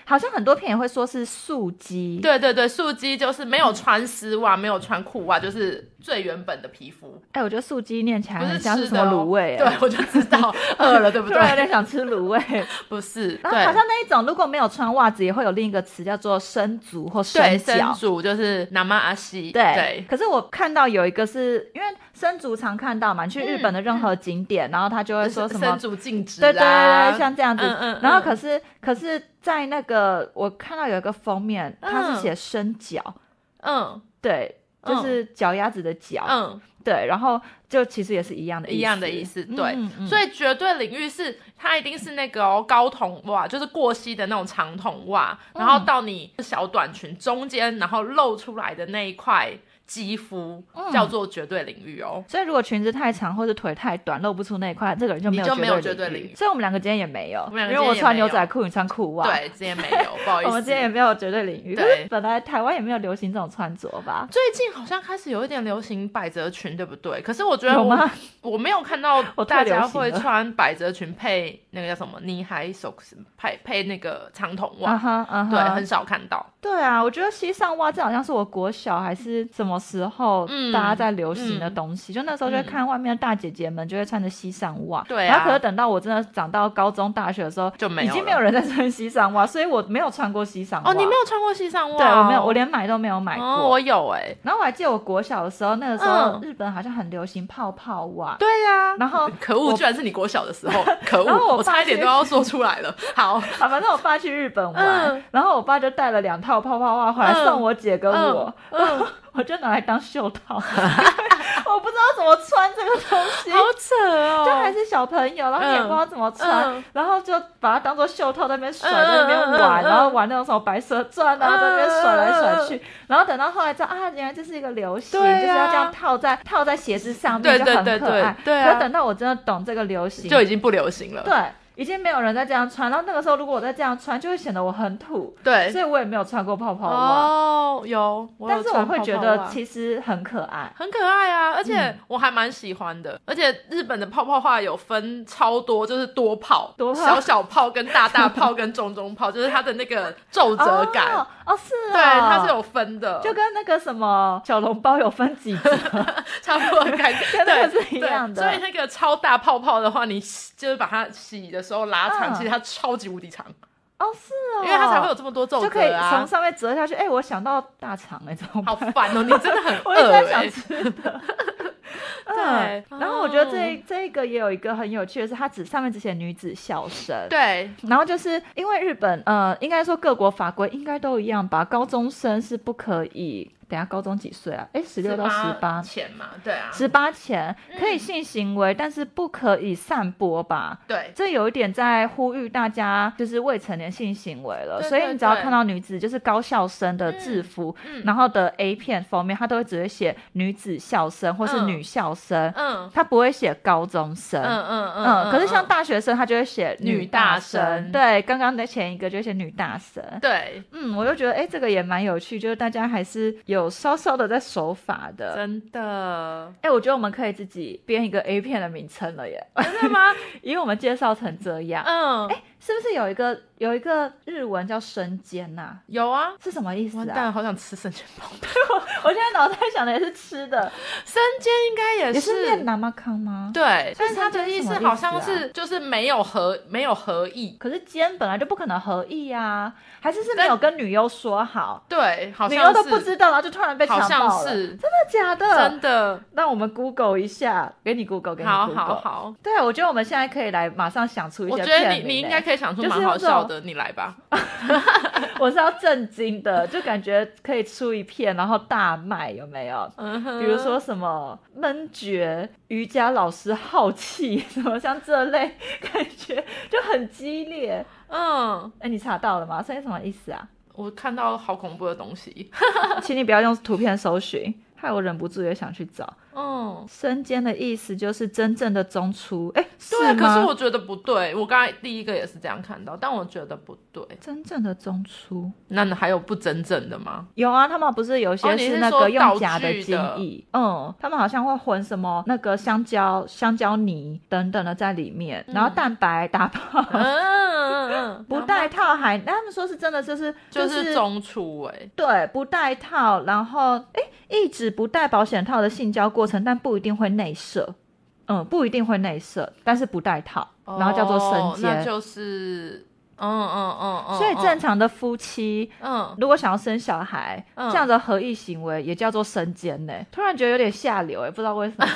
Speaker 1: 好像很多片也会说是素肌，
Speaker 2: 对对对，素肌就是没有穿丝袜，没有穿裤袜，就是最原本的皮肤，
Speaker 1: 哎，我觉得素鸡念起来
Speaker 2: 不
Speaker 1: 很
Speaker 2: 是
Speaker 1: 像是
Speaker 2: 吃
Speaker 1: 什
Speaker 2: 的、
Speaker 1: 么
Speaker 2: 哦。
Speaker 1: 卤味、
Speaker 2: 对
Speaker 1: 哎，
Speaker 2: 我就知道饿了，对不
Speaker 1: 突然有
Speaker 2: 对？
Speaker 1: 点想吃卤 味。
Speaker 2: 不是，
Speaker 1: 然后
Speaker 2: 对
Speaker 1: 好，像那一种如果没有穿袜子，也会有另一个词叫做伸足或
Speaker 2: 对，
Speaker 1: 伸
Speaker 2: 生
Speaker 1: 脚。
Speaker 2: 主就是南妈阿西，
Speaker 1: 对，
Speaker 2: 对，
Speaker 1: 可是我看到有一个是因为伸足常看到嘛，你去
Speaker 2: 嗯
Speaker 1: 日本的任何景点，然后他就会说什么
Speaker 2: 生，主禁止、啊，
Speaker 1: 对对对对，像这样子。
Speaker 2: 嗯嗯嗯
Speaker 1: 然后可是可是在那个我看到有一个封面，
Speaker 2: 嗯
Speaker 1: 它是写伸脚，
Speaker 2: 嗯
Speaker 1: 对，
Speaker 2: 嗯
Speaker 1: 就是脚丫子的脚，
Speaker 2: 嗯
Speaker 1: 对，然后就其实也是一样的
Speaker 2: 一样的意
Speaker 1: 思，
Speaker 2: 思，
Speaker 1: 嗯
Speaker 2: 对。
Speaker 1: 嗯嗯
Speaker 2: 所以绝对领域是它一定是那个、哦、高筒袜，就是过膝的那种长筒袜，
Speaker 1: 嗯
Speaker 2: 然后到你小短裙中间，然后露出来的那一块肌肤、
Speaker 1: 嗯
Speaker 2: 叫做绝对领域哦。
Speaker 1: 所以如果裙子太长或者腿太短，露不出那一块，这个人就没有
Speaker 2: 你就没有绝对
Speaker 1: 对
Speaker 2: 领域
Speaker 1: 所以我们两个今天也没有，
Speaker 2: 们两个
Speaker 1: 因为
Speaker 2: 今天
Speaker 1: 我
Speaker 2: 也
Speaker 1: 穿
Speaker 2: 没有
Speaker 1: 牛仔裤，你穿裤袜。。
Speaker 2: 对，今天 没有，不好意
Speaker 1: 我们
Speaker 2: 思
Speaker 1: 今。天也没有绝对领域，
Speaker 2: 对
Speaker 1: 可是本来台湾也没有流行这种穿着吧？
Speaker 2: 最近好像开始有一点流行百褶裙，对不对？可是我觉得
Speaker 1: 有
Speaker 2: 我
Speaker 1: 吗？
Speaker 2: 我没有看到
Speaker 1: 我
Speaker 2: 大
Speaker 1: 太流行
Speaker 2: 家
Speaker 1: 了
Speaker 2: 会穿百褶裙配那个叫什么呢海 socks，配配那个长筒袜，
Speaker 1: 啊哈啊哈，
Speaker 2: 对，很少看到。
Speaker 1: 对啊，我觉得西上袜这好像是我国小还是什么时候
Speaker 2: 嗯
Speaker 1: 大家在流行的东西，就那时候就会看外面的大姐姐们就会穿着西上袜，
Speaker 2: 对啊
Speaker 1: 然后可是等到我真的长到高中大学的时候，
Speaker 2: 就没
Speaker 1: 已
Speaker 2: 有
Speaker 1: 经
Speaker 2: 了
Speaker 1: 没有人在穿西上袜，所以我没有穿过西上袜。
Speaker 2: 哦，你没有穿过西上袜？
Speaker 1: 对我没有，我连买都没有欸买过。
Speaker 2: 哦，我有哎、
Speaker 1: 然哦后我还记得我国小的时候，那个时候
Speaker 2: 嗯
Speaker 1: 日本好像很流行泡泡袜，
Speaker 2: 对啊呀、
Speaker 1: 然后
Speaker 2: 可恶，居然是你国小 的时候，可
Speaker 1: 然后
Speaker 2: 恶，
Speaker 1: 我
Speaker 2: 我
Speaker 1: 爸
Speaker 2: 差一点
Speaker 1: 去
Speaker 2: 都要说出来 了。好，
Speaker 1: 啊，反正我爸去日本玩，
Speaker 2: 嗯
Speaker 1: 然后我爸就带了两套泡泡袜回来
Speaker 2: 嗯
Speaker 1: 送我姐跟我，
Speaker 2: 嗯，
Speaker 1: 我就拿来当袖套， 因为我不知道怎么穿这个东西。
Speaker 2: 好扯
Speaker 1: 就还
Speaker 2: 哦。
Speaker 1: 是小朋友，然后你也
Speaker 2: 嗯
Speaker 1: 不知道怎么穿，
Speaker 2: 嗯
Speaker 1: 然后就把它当做袖套在那边甩，
Speaker 2: 嗯
Speaker 1: 在那边
Speaker 2: 嗯嗯
Speaker 1: 玩，
Speaker 2: 嗯
Speaker 1: 然后玩那种什么白蛇传啊，
Speaker 2: 嗯
Speaker 1: 在那边甩来甩去，然后等到后来知道啊，原来这是一个流行，
Speaker 2: 对啊
Speaker 1: 就是要这样套在套在鞋子上
Speaker 2: 对
Speaker 1: 面就
Speaker 2: 对
Speaker 1: 很
Speaker 2: 对
Speaker 1: 可爱。
Speaker 2: 对对啊
Speaker 1: 可等到我真的懂这个流行，
Speaker 2: 就已经不流行了。
Speaker 1: 对，已经没有人再这样穿。然后那个时候，如果我再这样穿，就会显得我很土，
Speaker 2: 对
Speaker 1: 所，以我也没有穿过泡泡袜。
Speaker 2: 哎哦，有，我有
Speaker 1: 但是我
Speaker 2: 穿
Speaker 1: 会
Speaker 2: 泡
Speaker 1: 觉
Speaker 2: 泡
Speaker 1: 得
Speaker 2: 袜
Speaker 1: 其实很可爱。
Speaker 2: 很可爱啊，而且
Speaker 1: 嗯
Speaker 2: 我还蛮喜欢的。而且日本的泡泡画有分超多，就是多泡、
Speaker 1: 多泡
Speaker 2: 小小泡、跟大大泡、跟中中泡，就是它的那个皱褶 感，
Speaker 1: 哦哦，是哦，
Speaker 2: 对，它是有分的，
Speaker 1: 就跟那个什么小笼包有分几 级，
Speaker 2: 差不多的 感觉，
Speaker 1: 跟那个
Speaker 2: 对
Speaker 1: 是一样的
Speaker 2: 对所以那个超大泡泡的话，你洗就是把它洗的时候拉长，
Speaker 1: 嗯
Speaker 2: 其实它超级无敌长，
Speaker 1: 哦，是哦，
Speaker 2: 因为它才会有这么多皱
Speaker 1: 就可以
Speaker 2: 褶
Speaker 1: 从
Speaker 2: 啊。
Speaker 1: 上面折下去。哎、我想到大肠哎、怎么
Speaker 2: 好
Speaker 1: 办？
Speaker 2: 烦哦，你真的很
Speaker 1: 我一直
Speaker 2: 饿、
Speaker 1: 在想
Speaker 2: 欸。
Speaker 1: 吃的。
Speaker 2: 对哦
Speaker 1: 嗯然后我觉得这这一个也有一个很有趣的是，它只上面只写女子笑声，
Speaker 2: 对，
Speaker 1: 然后就是因为日本，呃，应该说各国法规应该都一样吧，高中生是不可以。等一下高中几岁啊？哎，十六到十八，
Speaker 2: 前嘛，对啊，
Speaker 1: 十八前可以性行为，但是不可以散播吧？
Speaker 2: 对，
Speaker 1: 这有一点在呼吁大家，就是未成年性行为了，
Speaker 2: 对
Speaker 1: 所以
Speaker 2: 对
Speaker 1: 你只要
Speaker 2: 对
Speaker 1: 看到女子就是高校生的制服，
Speaker 2: 嗯嗯
Speaker 1: 然后的 A 片封面，它都会只会写女子校生或是
Speaker 2: 嗯
Speaker 1: 女校生，
Speaker 2: 嗯。
Speaker 1: 它不会写高中生。
Speaker 2: 嗯嗯嗯
Speaker 1: 嗯，可是像
Speaker 2: 嗯
Speaker 1: 大学生，他就会写
Speaker 2: 女
Speaker 1: 大
Speaker 2: 大
Speaker 1: 生。
Speaker 2: 生
Speaker 1: 对，刚刚的前一个就写女大生。
Speaker 2: 对，
Speaker 1: 嗯，我就觉得，哎、这个也蛮有趣，就是大家还是有稍稍的在守法的。
Speaker 2: 真的，
Speaker 1: 哎、我觉得我们可以自己编一个 A 片的名称了耶，
Speaker 2: 真的吗？
Speaker 1: 因为我们介绍成这样，
Speaker 2: 嗯，
Speaker 1: 是不是有一个有一个日文叫生煎呐、
Speaker 2: 有啊。
Speaker 1: 是什么意思
Speaker 2: 完
Speaker 1: 啊？
Speaker 2: 蛋，好想吃生煎包。
Speaker 1: 我现在脑袋想的也是吃的，
Speaker 2: 生煎应该也
Speaker 1: 也是念南妈康吗？
Speaker 2: 对，
Speaker 1: 所
Speaker 2: 但
Speaker 1: 以
Speaker 2: 是他
Speaker 1: 生煎
Speaker 2: 的意
Speaker 1: 是什么
Speaker 2: 思
Speaker 1: 意思啊
Speaker 2: 好像是就是没有合没有合意，
Speaker 1: 可是煎本来就不可能合意啊，还是是没有跟女优说好，
Speaker 2: 对，好
Speaker 1: 女优
Speaker 2: 像
Speaker 1: 都
Speaker 2: 是
Speaker 1: 不知道，然后就突然被强
Speaker 2: 好
Speaker 1: 暴
Speaker 2: 像
Speaker 1: 了，
Speaker 2: 是
Speaker 1: 真的假的？
Speaker 2: 真的，
Speaker 1: 那我们 Google 一下，给你 Google，给你 Google。
Speaker 2: 好好好。
Speaker 1: 对，我觉得我们现在可以来马上想出一
Speaker 2: 我
Speaker 1: 些
Speaker 2: 觉
Speaker 1: 片
Speaker 2: 得
Speaker 1: 名
Speaker 2: 你你应
Speaker 1: 欸
Speaker 2: 该，可以想出
Speaker 1: 就是
Speaker 2: 蛮
Speaker 1: 用
Speaker 2: 好
Speaker 1: 这
Speaker 2: 笑
Speaker 1: 种
Speaker 2: 的，你来吧。
Speaker 1: 我是要震惊的，就感觉可以出一片，然后大卖，有没有？
Speaker 2: 嗯哼，
Speaker 1: 比如说什么闷绝、瑜伽老师好气， 什么像这类，感觉就很激烈。
Speaker 2: 嗯，
Speaker 1: 哎，你查到了吗？所以什么意思啊？
Speaker 2: 我看到好恐怖的东西。
Speaker 1: 请你不要用图片搜寻，害我忍不住也想去找。
Speaker 2: 嗯，
Speaker 1: 生煎的意思就是真正的中出，哎，是
Speaker 2: 对，啊可
Speaker 1: 吗
Speaker 2: 是我觉得不对。我刚才第一个也是这样看到，但我觉得不对。
Speaker 1: 真正的中出。
Speaker 2: 那你还有不真正的吗？
Speaker 1: 有啊，他们不是有些
Speaker 2: 哦你是
Speaker 1: 那个
Speaker 2: 说
Speaker 1: 用
Speaker 2: 道
Speaker 1: 假的
Speaker 2: 具
Speaker 1: 精
Speaker 2: 的
Speaker 1: 液，嗯，他们好像会混什么那个香蕉、香蕉泥等等的在里面，然后
Speaker 2: 嗯
Speaker 1: 蛋白打泡，
Speaker 2: 嗯嗯嗯，
Speaker 1: 不戴套还，那他们说是真的就是
Speaker 2: 就是是中出哎、
Speaker 1: 对不戴套，然后哎一直不戴保险套的性交过程，但不一定会内射，嗯，不一定会内射，但是不戴套，然后叫做生
Speaker 2: 哦那
Speaker 1: 奸。
Speaker 2: 就是嗯嗯嗯嗯，
Speaker 1: 所以正
Speaker 2: 嗯
Speaker 1: 常的夫妻
Speaker 2: 嗯
Speaker 1: 如果想要生小孩，
Speaker 2: 嗯
Speaker 1: 这样的合意行为也叫做生奸呢、突然觉得有点下流哎、不知道为什 么。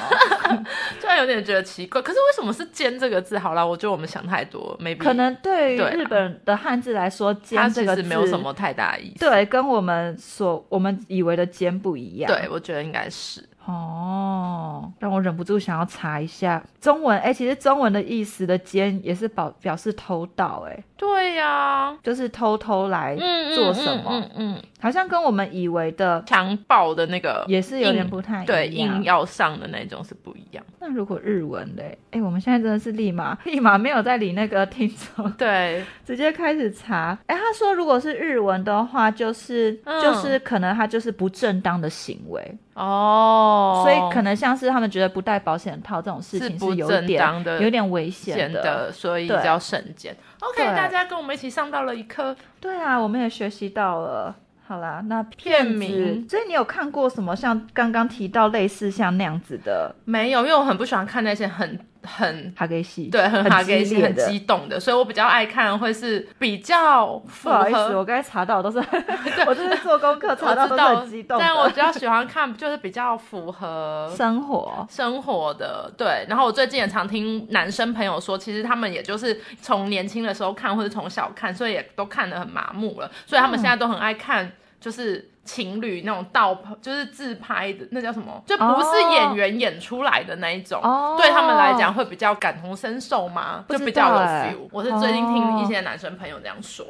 Speaker 2: 突然有点觉得奇怪，可是为什么是“奸”这个字？好啦，我觉得我们想太多，maybe
Speaker 1: 可能对于
Speaker 2: 对啊
Speaker 1: 日本的汉字来说，“
Speaker 2: 它
Speaker 1: 奸”这
Speaker 2: 其
Speaker 1: 个
Speaker 2: 实
Speaker 1: 字
Speaker 2: 没有什么太大意思。
Speaker 1: 对，跟我们所我们以为的“奸”不一样。
Speaker 2: 对，我觉得应该是
Speaker 1: 哦，让我忍不住想要查一下中文。哎、其实中文的意思的“奸”也是表表示偷盗，哎，
Speaker 2: 对呀、
Speaker 1: 就是偷偷来
Speaker 2: 嗯，
Speaker 1: 做什么，
Speaker 2: 嗯嗯嗯，嗯
Speaker 1: 好像跟我们以为的
Speaker 2: 强暴的那个
Speaker 1: 也是有点
Speaker 2: 硬
Speaker 1: 不太一样。
Speaker 2: 对硬要上的那种是不一样。
Speaker 1: 那如果日文嘞？哎，我们现在真的是立马 立马没有在理那个听众，
Speaker 2: 对，
Speaker 1: 直接开始查。哎，他说如果是日文的话，就是、
Speaker 2: 嗯
Speaker 1: 就是可能他就是不正当的行为，
Speaker 2: 哦，
Speaker 1: 所以可能像是他们觉得不戴保险套这种事情
Speaker 2: 是不
Speaker 1: 有
Speaker 2: 正
Speaker 1: 点
Speaker 2: 当的
Speaker 1: 有点危险
Speaker 2: 显的，所以
Speaker 1: 对
Speaker 2: 叫圣剑。OK，
Speaker 1: 对
Speaker 2: 大家跟我们一起上到了一课。
Speaker 1: 对啊，我们也学习到了。好啦，那骗子
Speaker 2: 片名
Speaker 1: 所以你有看过什么像刚刚提到类似像那样子的
Speaker 2: 没有，因为我很不喜欢看那些很很
Speaker 1: 哈给戏？
Speaker 2: 对很哈给
Speaker 1: 激
Speaker 2: 心
Speaker 1: 烈
Speaker 2: 很
Speaker 1: 的。
Speaker 2: 激动的，所以我比较爱看会是比较
Speaker 1: 不
Speaker 2: 符
Speaker 1: 好意思，
Speaker 2: 合。
Speaker 1: 我刚才查到都是， 我就是做功课查到
Speaker 2: 我
Speaker 1: 都是
Speaker 2: 知道
Speaker 1: 很激，动的。
Speaker 2: 但我比较喜欢看就是比较符合
Speaker 1: 生活
Speaker 2: 生活的。对，然后我最近也常听男生朋友说，其实他们也就是从年轻的时候看或者从小看，所以也都看得很麻木了，所以他们
Speaker 1: 嗯
Speaker 2: 现在都很爱看就是。情侣那种倒拍就是自拍的，那叫什么？就不是
Speaker 1: 哦
Speaker 2: 演员演出来的那一种
Speaker 1: 哦
Speaker 2: 对他们来讲会比较感同身受吗？
Speaker 1: 不
Speaker 2: 就
Speaker 1: 知道
Speaker 2: 比较有
Speaker 1: 欸哦
Speaker 2: feel。我是最近听一些男生朋友这样说，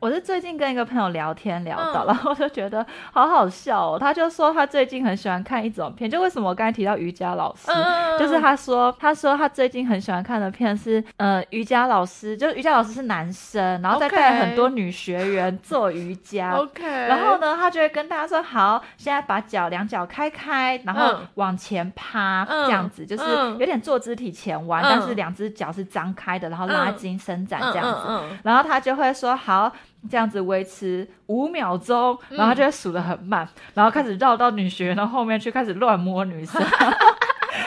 Speaker 1: 我是最近跟一个朋友聊天聊到，
Speaker 2: 嗯
Speaker 1: 然后我就觉得好好笑哦。他就说他最近很喜欢看一种片，就为什么我刚才提到瑜伽老师，
Speaker 2: 嗯
Speaker 1: 就是他说他说他最近很喜欢看的片是，呃，瑜伽老师，就是瑜伽老师是男生，然后再
Speaker 2: OK
Speaker 1: 带很多女学员做瑜伽。
Speaker 2: OK，
Speaker 1: 然
Speaker 2: 然
Speaker 1: 后呢，他就会跟大家说：“好，现在把脚两脚开开，然后
Speaker 2: 嗯
Speaker 1: 往前趴，
Speaker 2: 嗯
Speaker 1: 这样子就是
Speaker 2: 嗯
Speaker 1: 有点坐肢体前弯，
Speaker 2: 嗯
Speaker 1: 但是两只脚是张开的，然后拉
Speaker 2: 嗯
Speaker 1: 筋伸展这样子。
Speaker 2: 嗯嗯
Speaker 1: 然后他就会说好，这样子维持五秒钟，
Speaker 2: 嗯
Speaker 1: 然后他就会数得很慢，然后开始绕到女学员的后面去，开始乱摸女 生。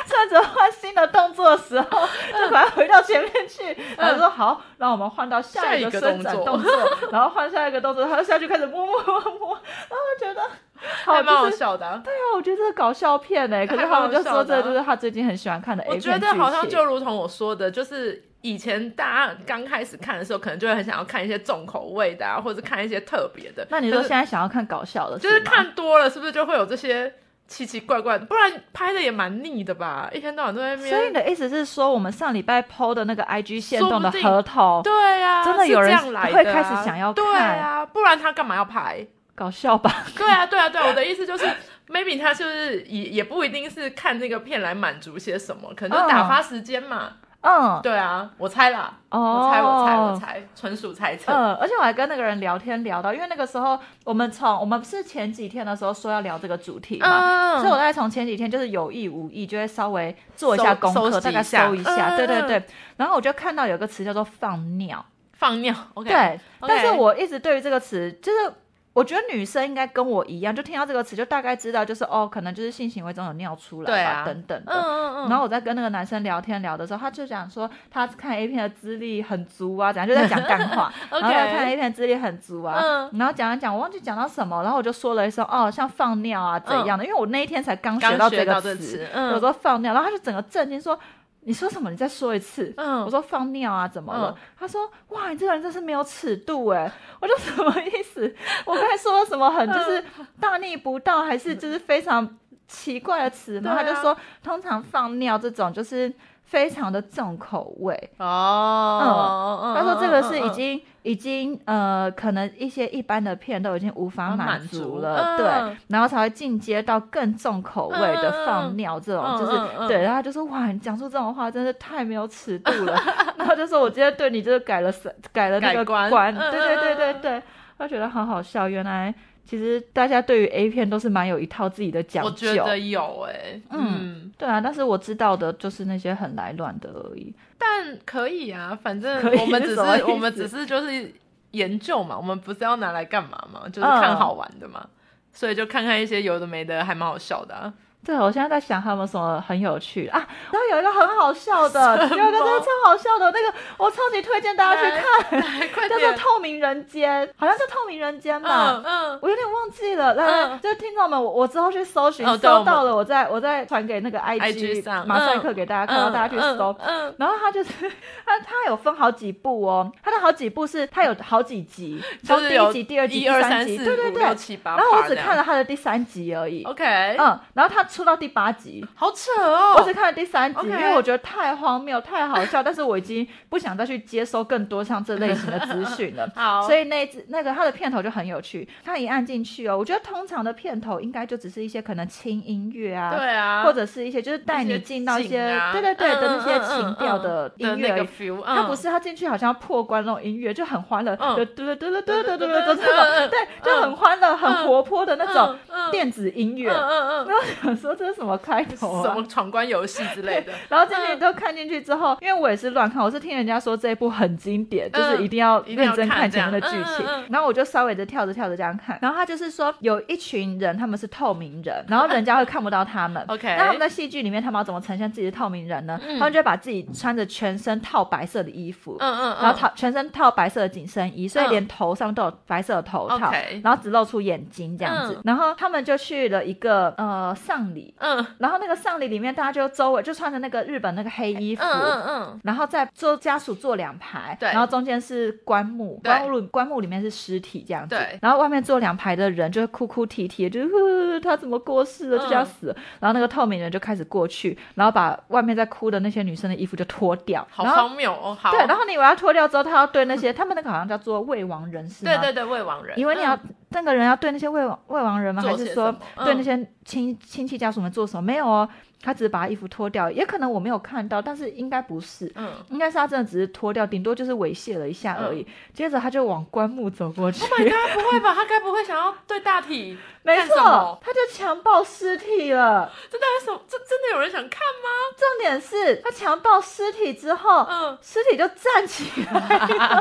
Speaker 1: 趁着换新的动作的时候，就赶快回到前面去。然后说好，让我们换到下一个
Speaker 2: 嗯下一个
Speaker 1: 伸展
Speaker 2: 动作
Speaker 1: 动作， 然后换下一个动作，他就下去开始摸摸摸摸，然后就觉得
Speaker 2: 嗯，还
Speaker 1: 好
Speaker 2: 蛮好
Speaker 1: 就是
Speaker 2: 笑的啊。
Speaker 1: 对啊，我觉得这个搞笑片呢，可是他们就说这就是他最近很喜欢看的 A
Speaker 2: 我
Speaker 1: 片
Speaker 2: 觉得
Speaker 1: 剧
Speaker 2: 好像
Speaker 1: 情
Speaker 2: 就如同我说的，就是以前大家刚开始看的时候，可能就会很想要看一些重口味的啊，或者看一些特别的。
Speaker 1: 那你说
Speaker 2: 可是
Speaker 1: 现在想要看搞笑的，
Speaker 2: 就是
Speaker 1: 吗
Speaker 2: 看多了，是不是就会有这些奇奇怪怪的？不然拍的也蛮腻的吧，一天到晚都在那边。
Speaker 1: 所以你的意思是说，我们上礼拜 PO 的那个 IG 限
Speaker 2: 说不
Speaker 1: 动的
Speaker 2: 定
Speaker 1: 合同，
Speaker 2: 对呀、
Speaker 1: 真的
Speaker 2: 是
Speaker 1: 有人
Speaker 2: 这样来的啊
Speaker 1: 会开始想要看
Speaker 2: 对啊，不然他干嘛要拍？
Speaker 1: 搞笑 吧？
Speaker 2: 对啊，对啊，对啊，我的意思就是，maybe 他就是也也不一定是看那个片来满足些什么，可能就
Speaker 1: 嗯
Speaker 2: 打发时间嘛。
Speaker 1: 嗯，
Speaker 2: 对啊，我猜啦，
Speaker 1: 哦，
Speaker 2: 我猜，我猜，我。猜，纯属猜测。
Speaker 1: 嗯，而且我还跟那个人聊天聊到，因为那个时候我们从我们是前几天的时候说要聊这个主题嘛，所以我
Speaker 2: 嗯，
Speaker 1: 大概从前几天就是有意无意就会稍微做一下
Speaker 2: 搜
Speaker 1: 功
Speaker 2: 搜
Speaker 1: 课，
Speaker 2: 集
Speaker 1: 大
Speaker 2: 一
Speaker 1: 概
Speaker 2: 下
Speaker 1: 搜一下，
Speaker 2: 嗯
Speaker 1: 对对
Speaker 2: 嗯
Speaker 1: 对。然后我就看到有个词叫做放尿，
Speaker 2: 放尿，OK，
Speaker 1: 对，
Speaker 2: OK
Speaker 1: 但是我一直对于这个词，就是我觉得女生应该跟我一样，就听到这个词就大概知道，就是哦，可能就是性行为中有尿出来
Speaker 2: 对
Speaker 1: 吧，
Speaker 2: 啊
Speaker 1: 等等的。
Speaker 2: 嗯嗯嗯，
Speaker 1: 然后我在跟那个男生聊天聊的时候，他就讲说他看 A 片的资历很足啊，怎样就在 讲干话，然
Speaker 2: OK
Speaker 1: 后他看 A 片的资历很足啊，
Speaker 2: 嗯
Speaker 1: 然后讲一讲，我忘记讲到什么，然后我就说了一声哦，像放尿啊怎样的，因为我那一天才刚
Speaker 2: 嗯刚
Speaker 1: 到
Speaker 2: 学
Speaker 1: 这
Speaker 2: 到
Speaker 1: 个
Speaker 2: 这
Speaker 1: 词，，我
Speaker 2: 嗯
Speaker 1: 说放尿，然后他就整个震惊说你说什么？你再说一次。
Speaker 2: 嗯，
Speaker 1: 我说放尿啊，怎么了？他说哇，你这个人真是没有尺度哎！我就什么意思？我刚才说了什么很
Speaker 2: 嗯
Speaker 1: 就是大逆不道，还是就是非常奇怪的词吗？
Speaker 2: 对啊
Speaker 1: 他就说通常放尿这种就是非常的重口味。
Speaker 2: 哦，
Speaker 1: 他说这个是
Speaker 2: 嗯嗯
Speaker 1: 已
Speaker 2: 嗯
Speaker 1: 经、已经呃，可能一些一般的片都已经无法
Speaker 2: 无法
Speaker 1: 满
Speaker 2: 哦满
Speaker 1: 足
Speaker 2: 足
Speaker 1: 了，
Speaker 2: 嗯
Speaker 1: 对，然后才会进阶到更重口味的放尿这种，
Speaker 2: 嗯嗯
Speaker 1: 就是、
Speaker 2: 嗯嗯
Speaker 1: 对，然后他就说哇，你讲出这种话真是太没有尺度了， 然后就说我今天对你就是改了三改了那个
Speaker 2: 改观嗯
Speaker 1: 对
Speaker 2: 嗯
Speaker 1: 对对对
Speaker 2: 嗯嗯
Speaker 1: 对，他觉得好好笑，原来其实大家对于 A 片都是蛮有一套自己的讲究，
Speaker 2: 我觉得有哎、
Speaker 1: 嗯
Speaker 2: 嗯
Speaker 1: 对啊，但是我知道的就是那些很来乱的而已，
Speaker 2: 但可以啊，反正
Speaker 1: 可以
Speaker 2: 我们
Speaker 1: 是
Speaker 2: 只
Speaker 1: 什么意
Speaker 2: 是
Speaker 1: 思
Speaker 2: 我们只是就是研究嘛，我们不是要拿来干嘛嘛，就是
Speaker 1: 嗯
Speaker 2: 看好玩的嘛，所以就看看一些有的没的，还蛮好笑的、啊。
Speaker 1: 对，我现在在想还有没有什么很有趣的啊？然后有一个很好笑的，有一个真的超好笑的，那个我超级推荐大家去 看，
Speaker 2: 来，哎快
Speaker 1: 叫做
Speaker 2: 点
Speaker 1: 《透明人间》，好像叫《透明人间》吧。
Speaker 2: 嗯嗯，
Speaker 1: 我有点忘记了，来来，
Speaker 2: 嗯
Speaker 1: 就是听众们，我我之后去搜寻，
Speaker 2: 哦对
Speaker 1: 搜
Speaker 2: 我们
Speaker 1: 到了，我再我再传给那个
Speaker 2: IG 上
Speaker 1: 马赛
Speaker 2: 嗯
Speaker 1: 克给大家看，让大家去搜。
Speaker 2: 嗯，嗯
Speaker 1: 然后他就是 他，他有分好几部哦，他的好几部是他有好几集，从
Speaker 2: 就是
Speaker 1: 哦第
Speaker 2: 有
Speaker 1: 一集、第二集、
Speaker 2: 一
Speaker 1: 第
Speaker 2: 二
Speaker 1: 三
Speaker 2: 三
Speaker 1: 集，
Speaker 2: 四
Speaker 1: 对对
Speaker 2: 五
Speaker 1: 对。
Speaker 2: 六七八，
Speaker 1: 然后我只看了他的第三集而已，
Speaker 2: OK，、
Speaker 1: 嗯，然后他出到第八集，
Speaker 2: 好扯
Speaker 1: 我只
Speaker 2: 哦，
Speaker 1: 看了第三集
Speaker 2: OK。
Speaker 1: 因为我觉得太荒谬、太好笑，但是我已经不想再去接收更多像这类型的资讯了
Speaker 2: 好，
Speaker 1: 所
Speaker 2: 以
Speaker 1: 以那一只那个它的片头就很有趣，它一按进去哦，我觉得通常的片头应该就只是一些可能轻音乐啊，
Speaker 2: 对啊，
Speaker 1: 或者是一些就是带你进到一些对对对、
Speaker 2: 嗯
Speaker 1: 的那些
Speaker 2: 嗯嗯
Speaker 1: 情调的音
Speaker 2: 的
Speaker 1: 乐
Speaker 2: 那
Speaker 1: 而已
Speaker 2: 个 feel，
Speaker 1: 它不
Speaker 2: 嗯
Speaker 1: 是它进去好像要破关那种音乐，就很欢乐，
Speaker 2: 嗯
Speaker 1: 嘟嘟嘟嘟嘟嘟嘟嘟
Speaker 2: 嗯
Speaker 1: 这种，对，就很欢乐、很
Speaker 2: 嗯
Speaker 1: 活泼的那种
Speaker 2: 嗯嗯
Speaker 1: 电子音乐。
Speaker 2: 嗯嗯嗯，
Speaker 1: 然后想说这是什么开头啊？
Speaker 2: 什么嗯闯关游戏之 类的，
Speaker 1: 然后进去都看进去之后，因为我也是乱看，我是听人家说这一部很经典，
Speaker 2: 嗯
Speaker 1: 就是一定要
Speaker 2: 一定
Speaker 1: 认
Speaker 2: 要
Speaker 1: 真看前面的剧
Speaker 2: 看这
Speaker 1: 情
Speaker 2: 样嗯嗯。
Speaker 1: 然后我就稍微的跳着跳着这样看，然后他就是说有一群人他们是透明人，然后人家会看不到他们。
Speaker 2: OK，
Speaker 1: 那他们在戏剧里面，他们要怎么呈现自己是透明人呢？他们就会把自己穿着全身套白色的衣服，
Speaker 2: 嗯嗯，嗯
Speaker 1: 然后套全身套白色的紧身衣，所以
Speaker 2: 嗯
Speaker 1: 连头上都有白色的头套
Speaker 2: OK，
Speaker 1: 然后只露出眼睛这样子。然后他们就去了一个呃丧丧礼，
Speaker 2: 嗯
Speaker 1: 然后那个丧礼里面大家就周围就穿着那个日本那个黑衣服。
Speaker 2: 嗯嗯嗯，
Speaker 1: 然后再做家属坐两排，
Speaker 2: 对
Speaker 1: 然后中间是棺木，
Speaker 2: 对
Speaker 1: 棺木棺木里面是尸体这样子，
Speaker 2: 对
Speaker 1: 然后外面坐两排的人就会哭哭啼啼，就是呼他怎么过世了，
Speaker 2: 嗯
Speaker 1: 就是要死了然后那个透明人就开始过去，然后把外面在哭的那些女生的衣服就脱掉，
Speaker 2: 好
Speaker 1: 然后
Speaker 2: 荒谬哦，好，
Speaker 1: 对，然后你以为要脱掉之后，他要对那些他们那个好像叫做未亡人士吗，
Speaker 2: 对对对，未亡人，
Speaker 1: 因为你要、那个人要对那些未亡未亡人吗？
Speaker 2: 嗯
Speaker 1: 还
Speaker 2: 做
Speaker 1: 是
Speaker 2: 些
Speaker 1: 说
Speaker 2: 什么
Speaker 1: 对那
Speaker 2: 嗯
Speaker 1: 些亲亲戚家属们做什么？没有哦，他只是把衣服脱掉，也可能我没有看到，但是应该不是。
Speaker 2: 嗯
Speaker 1: 应该是他真的只是脱掉，顶多就是猥亵了一下而已。接着他就往棺木走过去
Speaker 2: Oh my god！不会吧？他该不会想要对大体？
Speaker 1: 没
Speaker 2: 干
Speaker 1: 错
Speaker 2: 什么，
Speaker 1: 他就强暴尸体了。
Speaker 2: 这到底什么？这真的有人想看吗？
Speaker 1: 重点是他强暴尸体之后，
Speaker 2: 嗯，
Speaker 1: 尸体就站起来，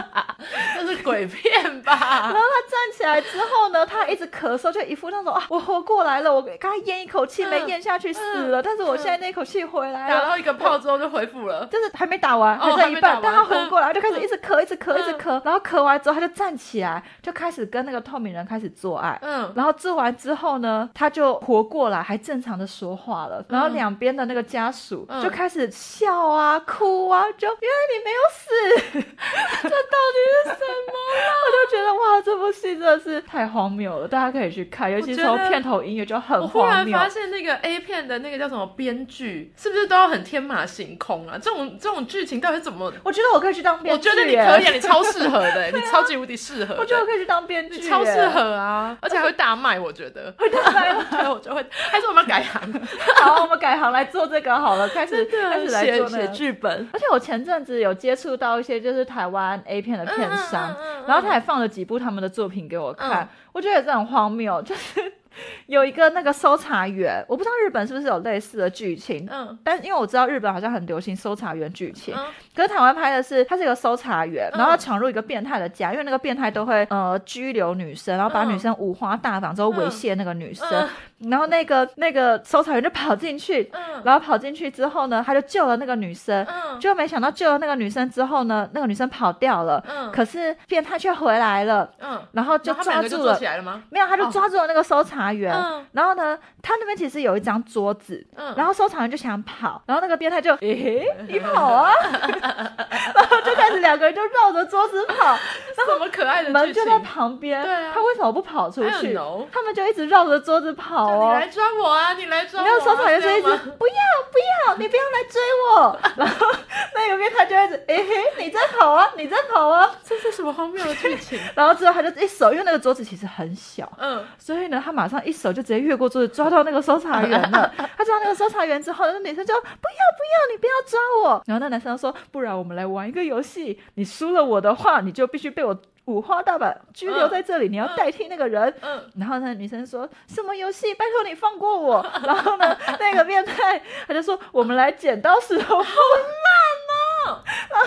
Speaker 2: 这是鬼片吧
Speaker 1: 然？后他站起来之后呢，他一直咳嗽，就一副那种啊，我活过来了，我刚才咽一口气没
Speaker 2: 嗯
Speaker 1: 咽下去死了，但是我现在那口气回来
Speaker 2: 打
Speaker 1: 了。
Speaker 2: 到一个炮之后就恢复了。
Speaker 1: 就是还没打完，
Speaker 2: 哦
Speaker 1: 在一半，
Speaker 2: 还没打完
Speaker 1: 但他活过来，就开始一直咳，一直咳，
Speaker 2: 嗯
Speaker 1: 一直咳，然后咳完之后，他就站起来，就开始跟那个透明人开始做爱，
Speaker 2: 嗯，
Speaker 1: 然后做完之后呢，他就活过来，还正常的说话了。然后两边的那个家属
Speaker 2: 嗯
Speaker 1: 就开始笑啊、哭啊，就原来你没有死， 这到底是什么啊？ 我就觉得哇，这部戏真的是太荒谬了，大家可以去看，尤其是
Speaker 2: 我觉
Speaker 1: 从
Speaker 2: 得
Speaker 1: 片头音乐就
Speaker 2: 我
Speaker 1: 很
Speaker 2: 忽
Speaker 1: 荒
Speaker 2: 然
Speaker 1: 谬。
Speaker 2: 发现那个 A 片的那个叫什么编剧，是不是都要很天马行空啊？这种这种剧情到底怎么？
Speaker 1: 我觉得我可以去当
Speaker 2: 我
Speaker 1: 编剧，
Speaker 2: 觉得你可以，啊，你超适合的，你超级无敌适合 的。
Speaker 1: 我觉得我可以去当编剧
Speaker 2: 你
Speaker 1: 耶，
Speaker 2: 超适合啊，而且还会大卖，我觉得。
Speaker 1: 会当编剧。
Speaker 2: 对，我就会，还是我们要改行，
Speaker 1: 好，我们改行来做这个好了，开始开始来
Speaker 2: 写
Speaker 1: 做那
Speaker 2: 写
Speaker 1: 个
Speaker 2: 剧本。
Speaker 1: 而且我前阵子有接触到一些就是台湾 A 片的片商，
Speaker 2: 嗯嗯嗯嗯
Speaker 1: 然后他还放了几部他们的作品给我看，
Speaker 2: 嗯
Speaker 1: 我觉得也是很荒谬， 就是有一个那个搜查员，我不知道日本是不是有类似的剧情。
Speaker 2: 嗯
Speaker 1: 但因为我知道日本好像很流行搜查员剧情，
Speaker 2: 嗯
Speaker 1: 可是台湾拍的是他是一个搜查员，
Speaker 2: 嗯
Speaker 1: 然后闯入一个变态的家，因为那个变态都会呃拘留女生，然后把
Speaker 2: 嗯
Speaker 1: 女生五花大绑之后猥
Speaker 2: 嗯
Speaker 1: 亵那个女生，
Speaker 2: 嗯
Speaker 1: 然后那个那个搜查员就跑进去，
Speaker 2: 嗯
Speaker 1: 然后跑进去之后呢，他就救了那个女生，
Speaker 2: 嗯
Speaker 1: 就没想到救了那个女生之后呢，那个女生跑掉了，
Speaker 2: 嗯
Speaker 1: 可是变态却回来了，
Speaker 2: 嗯，
Speaker 1: 然后就
Speaker 2: 然后他
Speaker 1: 抓
Speaker 2: 们两个就
Speaker 1: 住
Speaker 2: 坐
Speaker 1: 了
Speaker 2: 起，来了吗？
Speaker 1: 没有，他就
Speaker 2: 哦
Speaker 1: 抓住了那个搜查员。
Speaker 2: 嗯
Speaker 1: 然后呢，他那边其实有一张桌子，
Speaker 2: 嗯，
Speaker 1: 然后
Speaker 2: 后
Speaker 1: 搜查员就想跑，然后那个变态 就，诶、你跑啊，然后就开始两个人就绕着桌子 跑，
Speaker 2: 什么可爱的
Speaker 1: 门
Speaker 2: 剧
Speaker 1: 就
Speaker 2: 情
Speaker 1: 在旁边，
Speaker 2: 对啊
Speaker 1: 他为什么不跑出
Speaker 2: I don't
Speaker 1: 去
Speaker 2: know？？
Speaker 1: 他们就一直绕着桌子跑
Speaker 2: 就你
Speaker 1: 哦
Speaker 2: 来。抓我啊！你来抓我、
Speaker 1: 没
Speaker 2: 啊！
Speaker 1: 有搜查员
Speaker 2: 这
Speaker 1: 就一
Speaker 2: 样
Speaker 1: 直
Speaker 2: 吗
Speaker 1: 不要不要，你不要来追我。然后 那个变态就一直诶、嘿，你在跑啊，你在跑啊。
Speaker 2: 这是什么荒谬的剧情？
Speaker 1: 然后之后他就一手，因为那个桌子其实很小，
Speaker 2: 嗯，
Speaker 1: 所以呢，他马上一手就直接越过桌子抓到那个搜查员了。他抓到那个搜查员之后，那女生就不要不要，你不要抓我。然后那男生说，不然我们来玩一个游戏，你输了我的话，你就必须被我五花大绑拘留在这里，你要代替那个人。
Speaker 2: 嗯
Speaker 1: 然后呢，女生说什么游戏？拜托你放过我。 然后呢，那个变态他就说我们来剪刀石头布，好烂
Speaker 2: 哦！
Speaker 1: 然后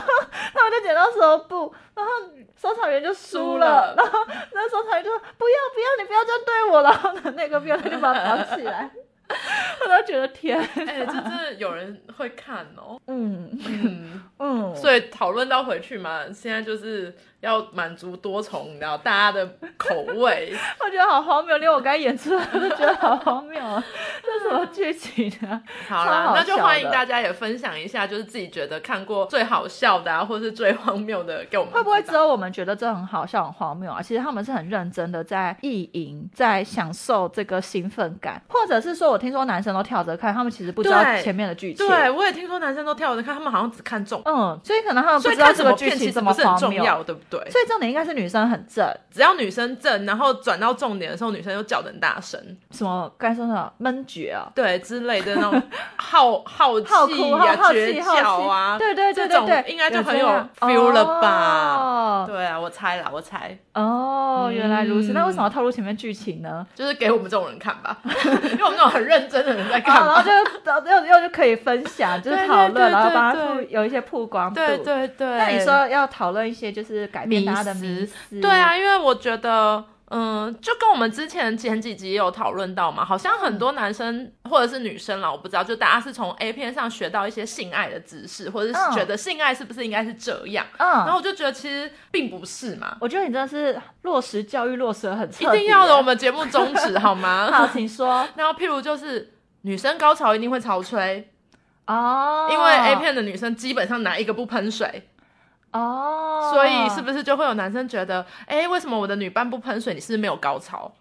Speaker 1: 他们就剪刀石头布，然后搜查员就输
Speaker 2: 输
Speaker 1: 了
Speaker 2: 了。
Speaker 1: 然后那搜查员就说不要不要，你不要这样对我。然后呢， 那个变态就把他绑起来。我都觉得天，
Speaker 2: 哎、这真的有人会看哦。
Speaker 1: 嗯
Speaker 2: 嗯，
Speaker 1: 嗯，
Speaker 2: 所以讨论到回去嘛，现在就是要满足多重，你知道大家的口 味。
Speaker 1: 我觉得好荒谬，连我刚才演出来都觉得好荒谬啊！这什么剧情啊？
Speaker 2: 好
Speaker 1: 超
Speaker 2: 啦，
Speaker 1: 好
Speaker 2: 那就欢
Speaker 1: 笑
Speaker 2: 迎
Speaker 1: 的
Speaker 2: 大家也分享一下，就是自己觉得看过最好笑的啊，或是最荒谬的，给我们
Speaker 1: 会不会
Speaker 2: 知
Speaker 1: 只
Speaker 2: 道
Speaker 1: 有我们觉得这很好笑、很荒谬啊？其实他们是很认真的在意淫，在享受这个兴奋感，或者是说我听说男生都跳着看，他们其实不知道
Speaker 2: 对
Speaker 1: 前面的剧情。
Speaker 2: 对，我也听说男生都跳着看，他们好像只看重，
Speaker 1: 嗯，所以可能他们不
Speaker 2: 所以
Speaker 1: 知道
Speaker 2: 看
Speaker 1: 这
Speaker 2: 什
Speaker 1: 个
Speaker 2: 么
Speaker 1: 剧
Speaker 2: 片其
Speaker 1: 情
Speaker 2: 实
Speaker 1: 这
Speaker 2: 不
Speaker 1: 么
Speaker 2: 是很
Speaker 1: 荒
Speaker 2: 重
Speaker 1: 谬。
Speaker 2: 要，对不对？
Speaker 1: 所以重点应该是女生很正，
Speaker 2: 只要女生正，然后转到重点的时候，女生又叫得很大声，
Speaker 1: 什么该说什么闷绝啊，
Speaker 2: 对之类的那种 好好气
Speaker 1: 好哭、好
Speaker 2: 啊、
Speaker 1: 好
Speaker 2: 绝
Speaker 1: 气、好
Speaker 2: 叫
Speaker 1: 气
Speaker 2: 啊，
Speaker 1: 对对对
Speaker 2: 这
Speaker 1: 对
Speaker 2: 种
Speaker 1: 对，
Speaker 2: 应该就很
Speaker 1: 这样
Speaker 2: 有 feel 了吧
Speaker 1: 哦
Speaker 2: 对啊，我猜啦，我猜
Speaker 1: 哦，原来如此。
Speaker 2: 嗯
Speaker 1: 那为什么要套路前面剧情呢？
Speaker 2: 就是给我们这种人看吧， 因为我们这种很认真的人 在
Speaker 1: 啊，
Speaker 2: 看
Speaker 1: 然后
Speaker 2: 吧。
Speaker 1: 就然后又又就可以分享，就是
Speaker 2: 对对
Speaker 1: 讨论，
Speaker 2: 对
Speaker 1: 然后
Speaker 2: 对
Speaker 1: 帮他
Speaker 2: 对
Speaker 1: 曝有一些曝光度。
Speaker 2: 对对对，
Speaker 1: 那你说要讨论一些就是改变
Speaker 2: 迷
Speaker 1: 大家的
Speaker 2: 思
Speaker 1: 迷思，
Speaker 2: 对，啊，因为我觉得。嗯，就跟我们之前前几集也有讨论到嘛，好像很多男生或者是女生啦，我不知道，就大家是从 A 片上学到一些性爱的知识，或者是
Speaker 1: 嗯
Speaker 2: 觉得性爱是不是应该是这样，然
Speaker 1: 嗯，
Speaker 2: 后我就觉得其实并不是嘛，
Speaker 1: 我觉得你真的是落实教育落实的很彻底，
Speaker 2: 一
Speaker 1: 欸
Speaker 2: 定要的。我。们节目宗旨好吗？
Speaker 1: 好，请说。
Speaker 2: 然后譬如就是女生高潮一定会潮吹，
Speaker 1: 哦，
Speaker 2: 因为 A 片的女生基本上哪一个不喷水，
Speaker 1: 哦，
Speaker 2: 所以是不是就会有男生觉得，哎、为什么我的女伴不喷水？你是不是没有高潮？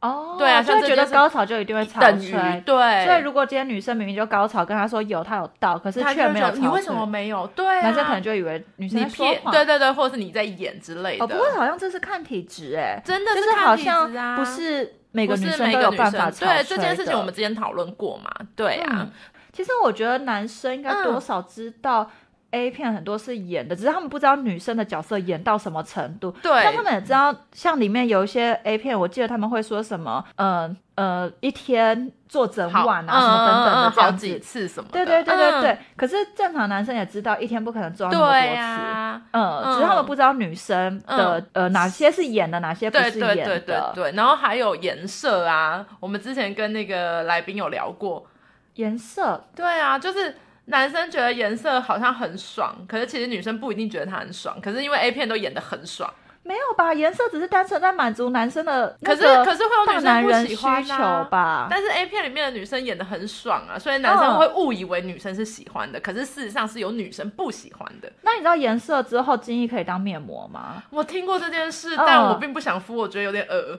Speaker 1: 哦，
Speaker 2: 对啊
Speaker 1: 就会
Speaker 2: 像这
Speaker 1: 觉得
Speaker 2: 就是
Speaker 1: 高潮就一定会潮
Speaker 2: 等于
Speaker 1: 吹。
Speaker 2: 对，
Speaker 1: 所以如果今天女生明明就高潮，跟他说有，他有到，可是
Speaker 2: 他就
Speaker 1: 却
Speaker 2: 会
Speaker 1: 没有
Speaker 2: 觉
Speaker 1: 潮吹，
Speaker 2: 得你为什么没有？对、啊，
Speaker 1: 男生可能就会以为女生
Speaker 2: 你
Speaker 1: 在说
Speaker 2: 骗，
Speaker 1: 谎。
Speaker 2: 对对对，或者是你在演之类的。
Speaker 1: 哦，不过好像这是看体质哎、
Speaker 2: 真的
Speaker 1: 就是
Speaker 2: 看
Speaker 1: 好
Speaker 2: 体
Speaker 1: 像
Speaker 2: 质啊
Speaker 1: 不是每个
Speaker 2: 不
Speaker 1: 女
Speaker 2: 是
Speaker 1: 生
Speaker 2: 每
Speaker 1: 都
Speaker 2: 个
Speaker 1: 有
Speaker 2: 女
Speaker 1: 办
Speaker 2: 生
Speaker 1: 法潮
Speaker 2: 对这件
Speaker 1: 吹
Speaker 2: 事情，
Speaker 1: 的
Speaker 2: 我们之前讨论过嘛？对啊嗯
Speaker 1: 嗯，其实我觉得男生应该多少知道 A 片很多是演的，只是他们不知道女生的角色演到什么程度。但他
Speaker 2: 对，
Speaker 1: 们也知道，像里面有一些 A 片，我记得他们会说什么，呃呃，一天做整
Speaker 2: 好
Speaker 1: 晚啊，什么等等
Speaker 2: 嗯嗯
Speaker 1: 的
Speaker 2: 嗯
Speaker 1: 这
Speaker 2: 好
Speaker 1: 样
Speaker 2: 几
Speaker 1: 子。
Speaker 2: 次什么
Speaker 1: 对
Speaker 2: 的？
Speaker 1: 对对对对。
Speaker 2: 嗯
Speaker 1: 可是正常男生也知道，一天不可能做到那么多
Speaker 2: 对
Speaker 1: 次。
Speaker 2: 呀。
Speaker 1: 嗯，只是他们
Speaker 2: 嗯
Speaker 1: 不知道女生的、呃哪些是演的，哪些不
Speaker 2: 对
Speaker 1: 是
Speaker 2: 对
Speaker 1: 演的。
Speaker 2: 对对对，然后还有颜色啊，我们之前跟那个来宾有聊过。
Speaker 1: 颜色
Speaker 2: 对啊，就是男生觉得颜色好像很爽，可是其实女生不一定觉得它很爽，可是因为 A 片都演的很爽，
Speaker 1: 没有吧？颜色只是单纯在满足男生的那
Speaker 2: 可是
Speaker 1: 个
Speaker 2: 可是会有
Speaker 1: 大
Speaker 2: 女
Speaker 1: 男
Speaker 2: 生不
Speaker 1: 人需
Speaker 2: 喜欢
Speaker 1: 求
Speaker 2: 啊
Speaker 1: 吧？
Speaker 2: 但是 A 片里面的女生演的很爽啊，所以男
Speaker 1: 嗯
Speaker 2: 生会误以为女生是喜欢的，可是事实上是有女生不喜欢的。
Speaker 1: 那你知道颜色之后精液可以当面膜吗？
Speaker 2: 我听过这件事，
Speaker 1: 嗯
Speaker 2: 但我并不想敷，我觉得有点恶。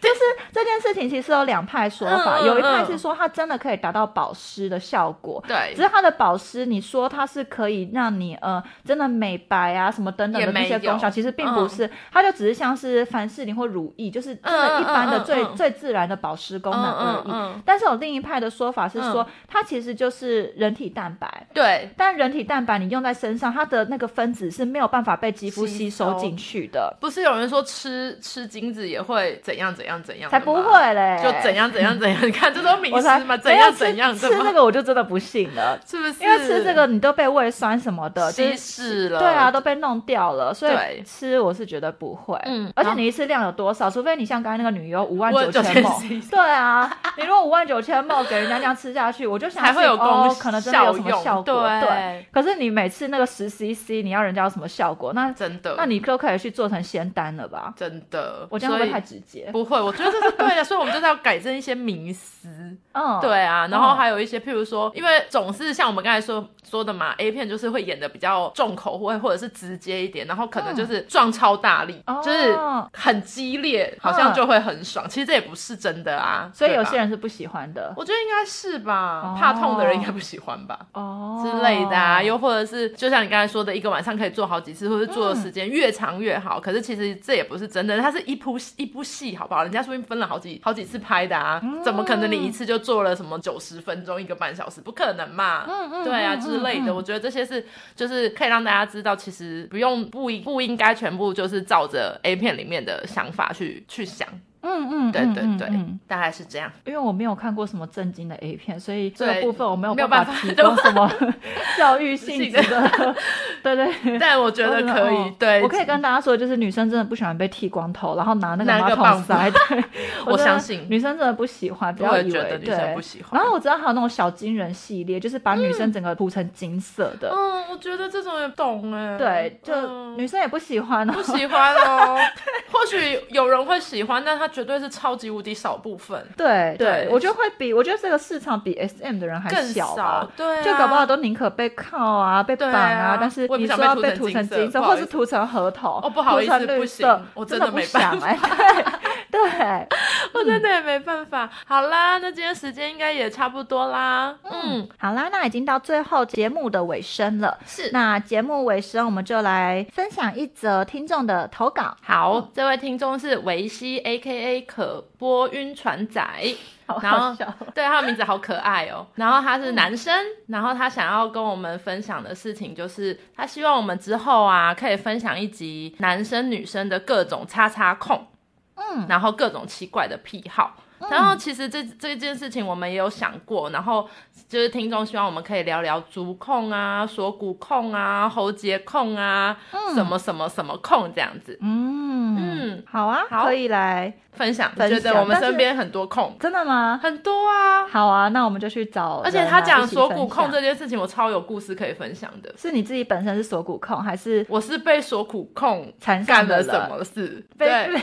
Speaker 1: 就是这件事情其实有两派说法，
Speaker 2: 嗯嗯
Speaker 1: 有一派是说它真的可以达到保湿的效果。
Speaker 2: 对
Speaker 1: 只，是它的保湿，你说它是可以让你呃真的美白啊什么等等
Speaker 2: 也
Speaker 1: 的那
Speaker 2: 没
Speaker 1: 些功效，
Speaker 2: 有
Speaker 1: 其实并不是，它就只是像是凡士林或乳液，就是真的
Speaker 2: 嗯
Speaker 1: 一般的
Speaker 2: 嗯嗯
Speaker 1: 最、
Speaker 2: 嗯
Speaker 1: 最自然的保湿功能而已。
Speaker 2: 嗯，
Speaker 1: 但是有另一派的说法是说，它其实就是人体蛋白，
Speaker 2: 对，
Speaker 1: 但人体蛋白你用在身上，它的那个分子是没有办法被肌肤吸
Speaker 2: 吸
Speaker 1: 收
Speaker 2: 收
Speaker 1: 进去的，
Speaker 2: 不是有人说吃吃精子也会怎样怎样怎样的
Speaker 1: 才
Speaker 2: 吗？
Speaker 1: 不会嘞，
Speaker 2: 就怎样怎样怎样， 你看这都名
Speaker 1: 我才
Speaker 2: 师嘛，
Speaker 1: 没
Speaker 2: 怎
Speaker 1: 有
Speaker 2: 样
Speaker 1: 吃
Speaker 2: 怎样
Speaker 1: 吃
Speaker 2: 怎
Speaker 1: 这
Speaker 2: 么，
Speaker 1: 个我就真的不信了，
Speaker 2: 是不是？
Speaker 1: 因为吃这个你都被胃酸什么的
Speaker 2: 稀
Speaker 1: 就是
Speaker 2: 释了，
Speaker 1: 对啊，，都被弄掉了，所以
Speaker 2: 对
Speaker 1: 吃我是觉得不会。
Speaker 2: 嗯
Speaker 1: 而且
Speaker 2: 然后
Speaker 1: 你一次量有多少？除非你像刚才那个女优五万
Speaker 2: 我
Speaker 1: 九千
Speaker 2: 9000
Speaker 1: 梦，
Speaker 2: cc
Speaker 1: 对啊，你如果五万九千梦给人家这样吃下去，我就想
Speaker 2: 才会有功
Speaker 1: 哦，可能真的有什么
Speaker 2: 效用
Speaker 1: 效果。
Speaker 2: 对
Speaker 1: 可是你每次那个十 CC，你要人家有什么效果？那
Speaker 2: 真的，
Speaker 1: 那你都可以去做成仙丹了吧？
Speaker 2: 真的，
Speaker 1: 我这样会不
Speaker 2: 所以
Speaker 1: 会太直接？
Speaker 2: 不会，我觉得这是对的，所以我们就是要改正一些迷思。
Speaker 1: 嗯，
Speaker 2: 对啊，然后
Speaker 1: 嗯
Speaker 2: 还有一些，譬如说，因为总是像我们刚才说说的嘛，A 片就是会演的比较重口味，或者是直接一点，然后可能就是撞超大力，
Speaker 1: 哦
Speaker 2: 就是很激烈，好像就会很爽。其实这也不是真的啊，
Speaker 1: 嗯所以有
Speaker 2: 对吧
Speaker 1: 些人是不喜欢的
Speaker 2: 我觉得应该是吧，
Speaker 1: 哦
Speaker 2: 怕痛的人应该不喜欢吧。
Speaker 1: 哦
Speaker 2: 之类的啊，又或者是就像你刚才说的，一个晚上可以做好几次，或者是做的
Speaker 1: 嗯
Speaker 2: 时间越长越好。可是其实这也不是真的，它是一部一部戏，好不好？人家说不定分了好几好几次拍的啊，
Speaker 1: 嗯
Speaker 2: 怎么可能你一次就做了什么九十分钟、一个半小时？不可能嘛。
Speaker 1: 嗯嗯，
Speaker 2: 对啊，
Speaker 1: 嗯
Speaker 2: 之类
Speaker 1: 嗯
Speaker 2: 的，我觉得这些是就是可以让大家知道，其实不用不应不应该全部就是照着 A 片里面的想法去去想，
Speaker 1: 嗯嗯，
Speaker 2: 对
Speaker 1: 嗯
Speaker 2: 对
Speaker 1: 嗯
Speaker 2: 对，
Speaker 1: 嗯
Speaker 2: 大概是这样。
Speaker 1: 因为我没有看过什么震惊的 A 片，所以这
Speaker 2: 对
Speaker 1: 个部分我没有
Speaker 2: 没有
Speaker 1: 办
Speaker 2: 办
Speaker 1: 法
Speaker 2: 法
Speaker 1: 提供什么 教育性质的。 对对，
Speaker 2: 但我觉得可以，
Speaker 1: 哦
Speaker 2: 对，
Speaker 1: 我可以跟大家说，就是女生真的不喜欢被剃光头，然后拿那个
Speaker 2: 拿
Speaker 1: 马
Speaker 2: 个
Speaker 1: 桶
Speaker 2: 棒
Speaker 1: 塞。对，
Speaker 2: 我
Speaker 1: 真的
Speaker 2: 相信
Speaker 1: 女生真的不喜欢，不
Speaker 2: 我
Speaker 1: 要
Speaker 2: 也
Speaker 1: 以
Speaker 2: 觉
Speaker 1: 为
Speaker 2: 得女生不
Speaker 1: 对。
Speaker 2: 喜欢
Speaker 1: 然。后我知道还有那种小金人系列，就是把女生整个涂成金色的，
Speaker 2: 嗯，我觉得这种也懂哎。
Speaker 1: 对，就
Speaker 2: 嗯
Speaker 1: 女生也不喜欢、哦。
Speaker 2: 不喜欢哦。或许有人会喜欢，但他绝对是超级无敌少部分，
Speaker 1: 对对
Speaker 2: 对，
Speaker 1: 我觉得会比我觉得这个市场比 SM 的人还
Speaker 2: 更
Speaker 1: 小吧
Speaker 2: 少。。对啊，
Speaker 1: 就搞不好都宁可被铐啊、被绑
Speaker 2: 对啊
Speaker 1: 但是
Speaker 2: 我也
Speaker 1: 你
Speaker 2: 不想
Speaker 1: 说要
Speaker 2: 被
Speaker 1: 被涂
Speaker 2: 涂成
Speaker 1: 成
Speaker 2: 金色
Speaker 1: 金色，
Speaker 2: 不好
Speaker 1: 或
Speaker 2: 意思
Speaker 1: 是涂成核桃，
Speaker 2: 哦不好意思
Speaker 1: 涂成绿
Speaker 2: 不行
Speaker 1: 色
Speaker 2: 我
Speaker 1: 真
Speaker 2: 真
Speaker 1: 的
Speaker 2: 的没
Speaker 1: 不想哎、 对对，
Speaker 2: 我哦真的也没办法。好啦，那今天时间应该也差不多啦。嗯，
Speaker 1: 好啦，那已经到最后节目的尾声了。
Speaker 2: 是。
Speaker 1: 那节目尾声，我们就来分享一则听众的投稿。
Speaker 2: 好，这位听众是维西 A K A 可波晕船仔，
Speaker 1: 好
Speaker 2: 然后
Speaker 1: 好笑，
Speaker 2: 对他的名字好可爱哦。然后他是男生，然后他想要跟我们分享的事情就是，他希望我们之后啊可以分享一集男生女生的各种叉叉控，
Speaker 1: 嗯，
Speaker 2: 然后各种奇怪的癖好。然后其实这这件事情我们也有想过，然后就是听众希望我们可以聊聊足控啊、锁骨控啊、喉结控啊、什么什么什么控这样子。
Speaker 1: 嗯。
Speaker 2: 嗯，
Speaker 1: 好啊，
Speaker 2: 好
Speaker 1: 可以来，
Speaker 2: 分享，
Speaker 1: 分享
Speaker 2: 觉得我们
Speaker 1: 但是
Speaker 2: 身边很多控，
Speaker 1: 真的吗？
Speaker 2: 很多啊。
Speaker 1: 好啊，那我们就去找人来
Speaker 2: 而
Speaker 1: 一起分享。
Speaker 2: 且他讲锁骨控这件事情，我超有故事可以分享的。
Speaker 1: 是你自己本身是锁骨控，还是
Speaker 2: 我是被锁骨控
Speaker 1: 缠上
Speaker 2: 干
Speaker 1: 的
Speaker 2: 了
Speaker 1: 人
Speaker 2: 什么事？
Speaker 1: 被？
Speaker 2: 对，
Speaker 1: 你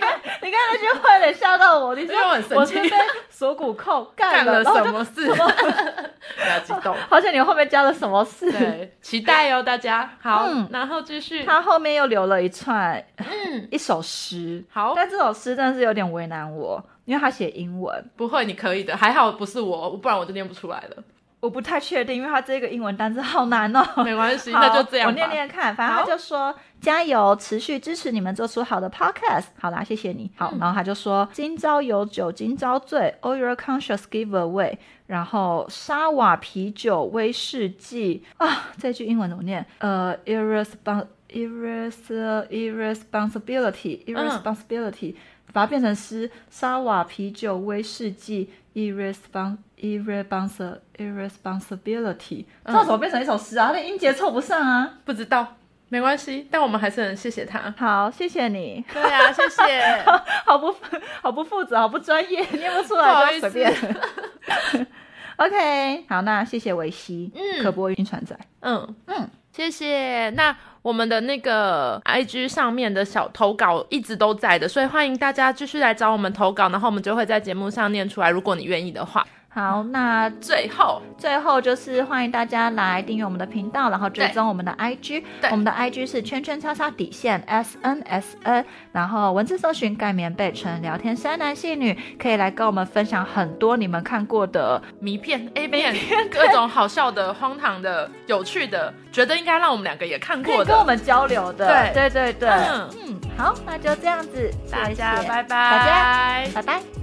Speaker 1: 看，你刚才那句话有点吓到我，你说
Speaker 2: 因为我很生气
Speaker 1: 我是被锁骨控
Speaker 2: 干
Speaker 1: 干
Speaker 2: 了
Speaker 1: 了
Speaker 2: 什
Speaker 1: 然后
Speaker 2: 么事？ 不要激 动。
Speaker 1: 就好像你后面加了什么事？
Speaker 2: 对，期待哦，大家。好，
Speaker 1: 嗯
Speaker 2: 然后继续。
Speaker 1: 他后面又留了一串
Speaker 2: 嗯，
Speaker 1: 一首诗，
Speaker 2: 好，
Speaker 1: 但这首诗真的是有点为难我，因为他写英文，
Speaker 2: 不会，你可以的。还好不是我，不然我就念不出来了。
Speaker 1: 我不太确定，因为他这个英文单词好难哦。
Speaker 2: 没关系，
Speaker 1: 好
Speaker 2: 那就这样
Speaker 1: 我念
Speaker 2: 吧。
Speaker 1: 念看，反正他
Speaker 2: 好
Speaker 1: 就说加油，持续支持你们做出好的 podcast。好啦，谢谢你。好，
Speaker 2: 嗯
Speaker 1: 然后他就说今朝有酒今朝醉，All your conscious give away。然后沙瓦啤酒威士忌啊，这句英文怎么念？呃，irrespons irres irresponsibility
Speaker 2: 嗯
Speaker 1: irresponsibility，、把它变成是沙瓦啤酒威士忌 irrespons irrespons irresponsibility，这
Speaker 2: 嗯
Speaker 1: 怎么变成一首诗啊？它的音节凑不上啊。
Speaker 2: 不知道，没关系，但我们还是很谢谢他。
Speaker 1: 好，谢谢你，
Speaker 2: 对啊，谢谢。
Speaker 1: 好不好不负责，好不专业，念不出
Speaker 2: 不好
Speaker 1: 来
Speaker 2: 意
Speaker 1: 就
Speaker 2: 思
Speaker 1: 随便。OK，好，那谢谢维西，
Speaker 2: 嗯
Speaker 1: 可播晕船仔，
Speaker 2: 嗯嗯
Speaker 1: 嗯，
Speaker 2: 谢谢。那我们的那个 IG 上面的小投稿一直都在的，所以欢迎大家继续来找我们投稿，然后我们就会在节目上念出来，如果你愿意的话。
Speaker 1: 好，那
Speaker 2: 最后，
Speaker 1: 最后就是欢迎大家来订阅我们的频道，然后追踪我们的 IG，
Speaker 2: 对
Speaker 1: 我们的 IG 是圈圈叉叉底线 S N S N，然后文字搜寻盖棉被纯聊天山男细女，可以来跟我们分享很多你们看过的，
Speaker 2: 迷片、A 片，各种好笑的、荒唐的、有趣的，觉得应该让我们两个也看
Speaker 1: 可
Speaker 2: 过
Speaker 1: 以跟我
Speaker 2: 的。
Speaker 1: 们交流的，
Speaker 2: 对
Speaker 1: 对对对，
Speaker 2: 嗯
Speaker 1: 嗯，好，那就这样子，
Speaker 2: 大家
Speaker 1: 谢谢
Speaker 2: 拜拜，
Speaker 1: 大家拜拜。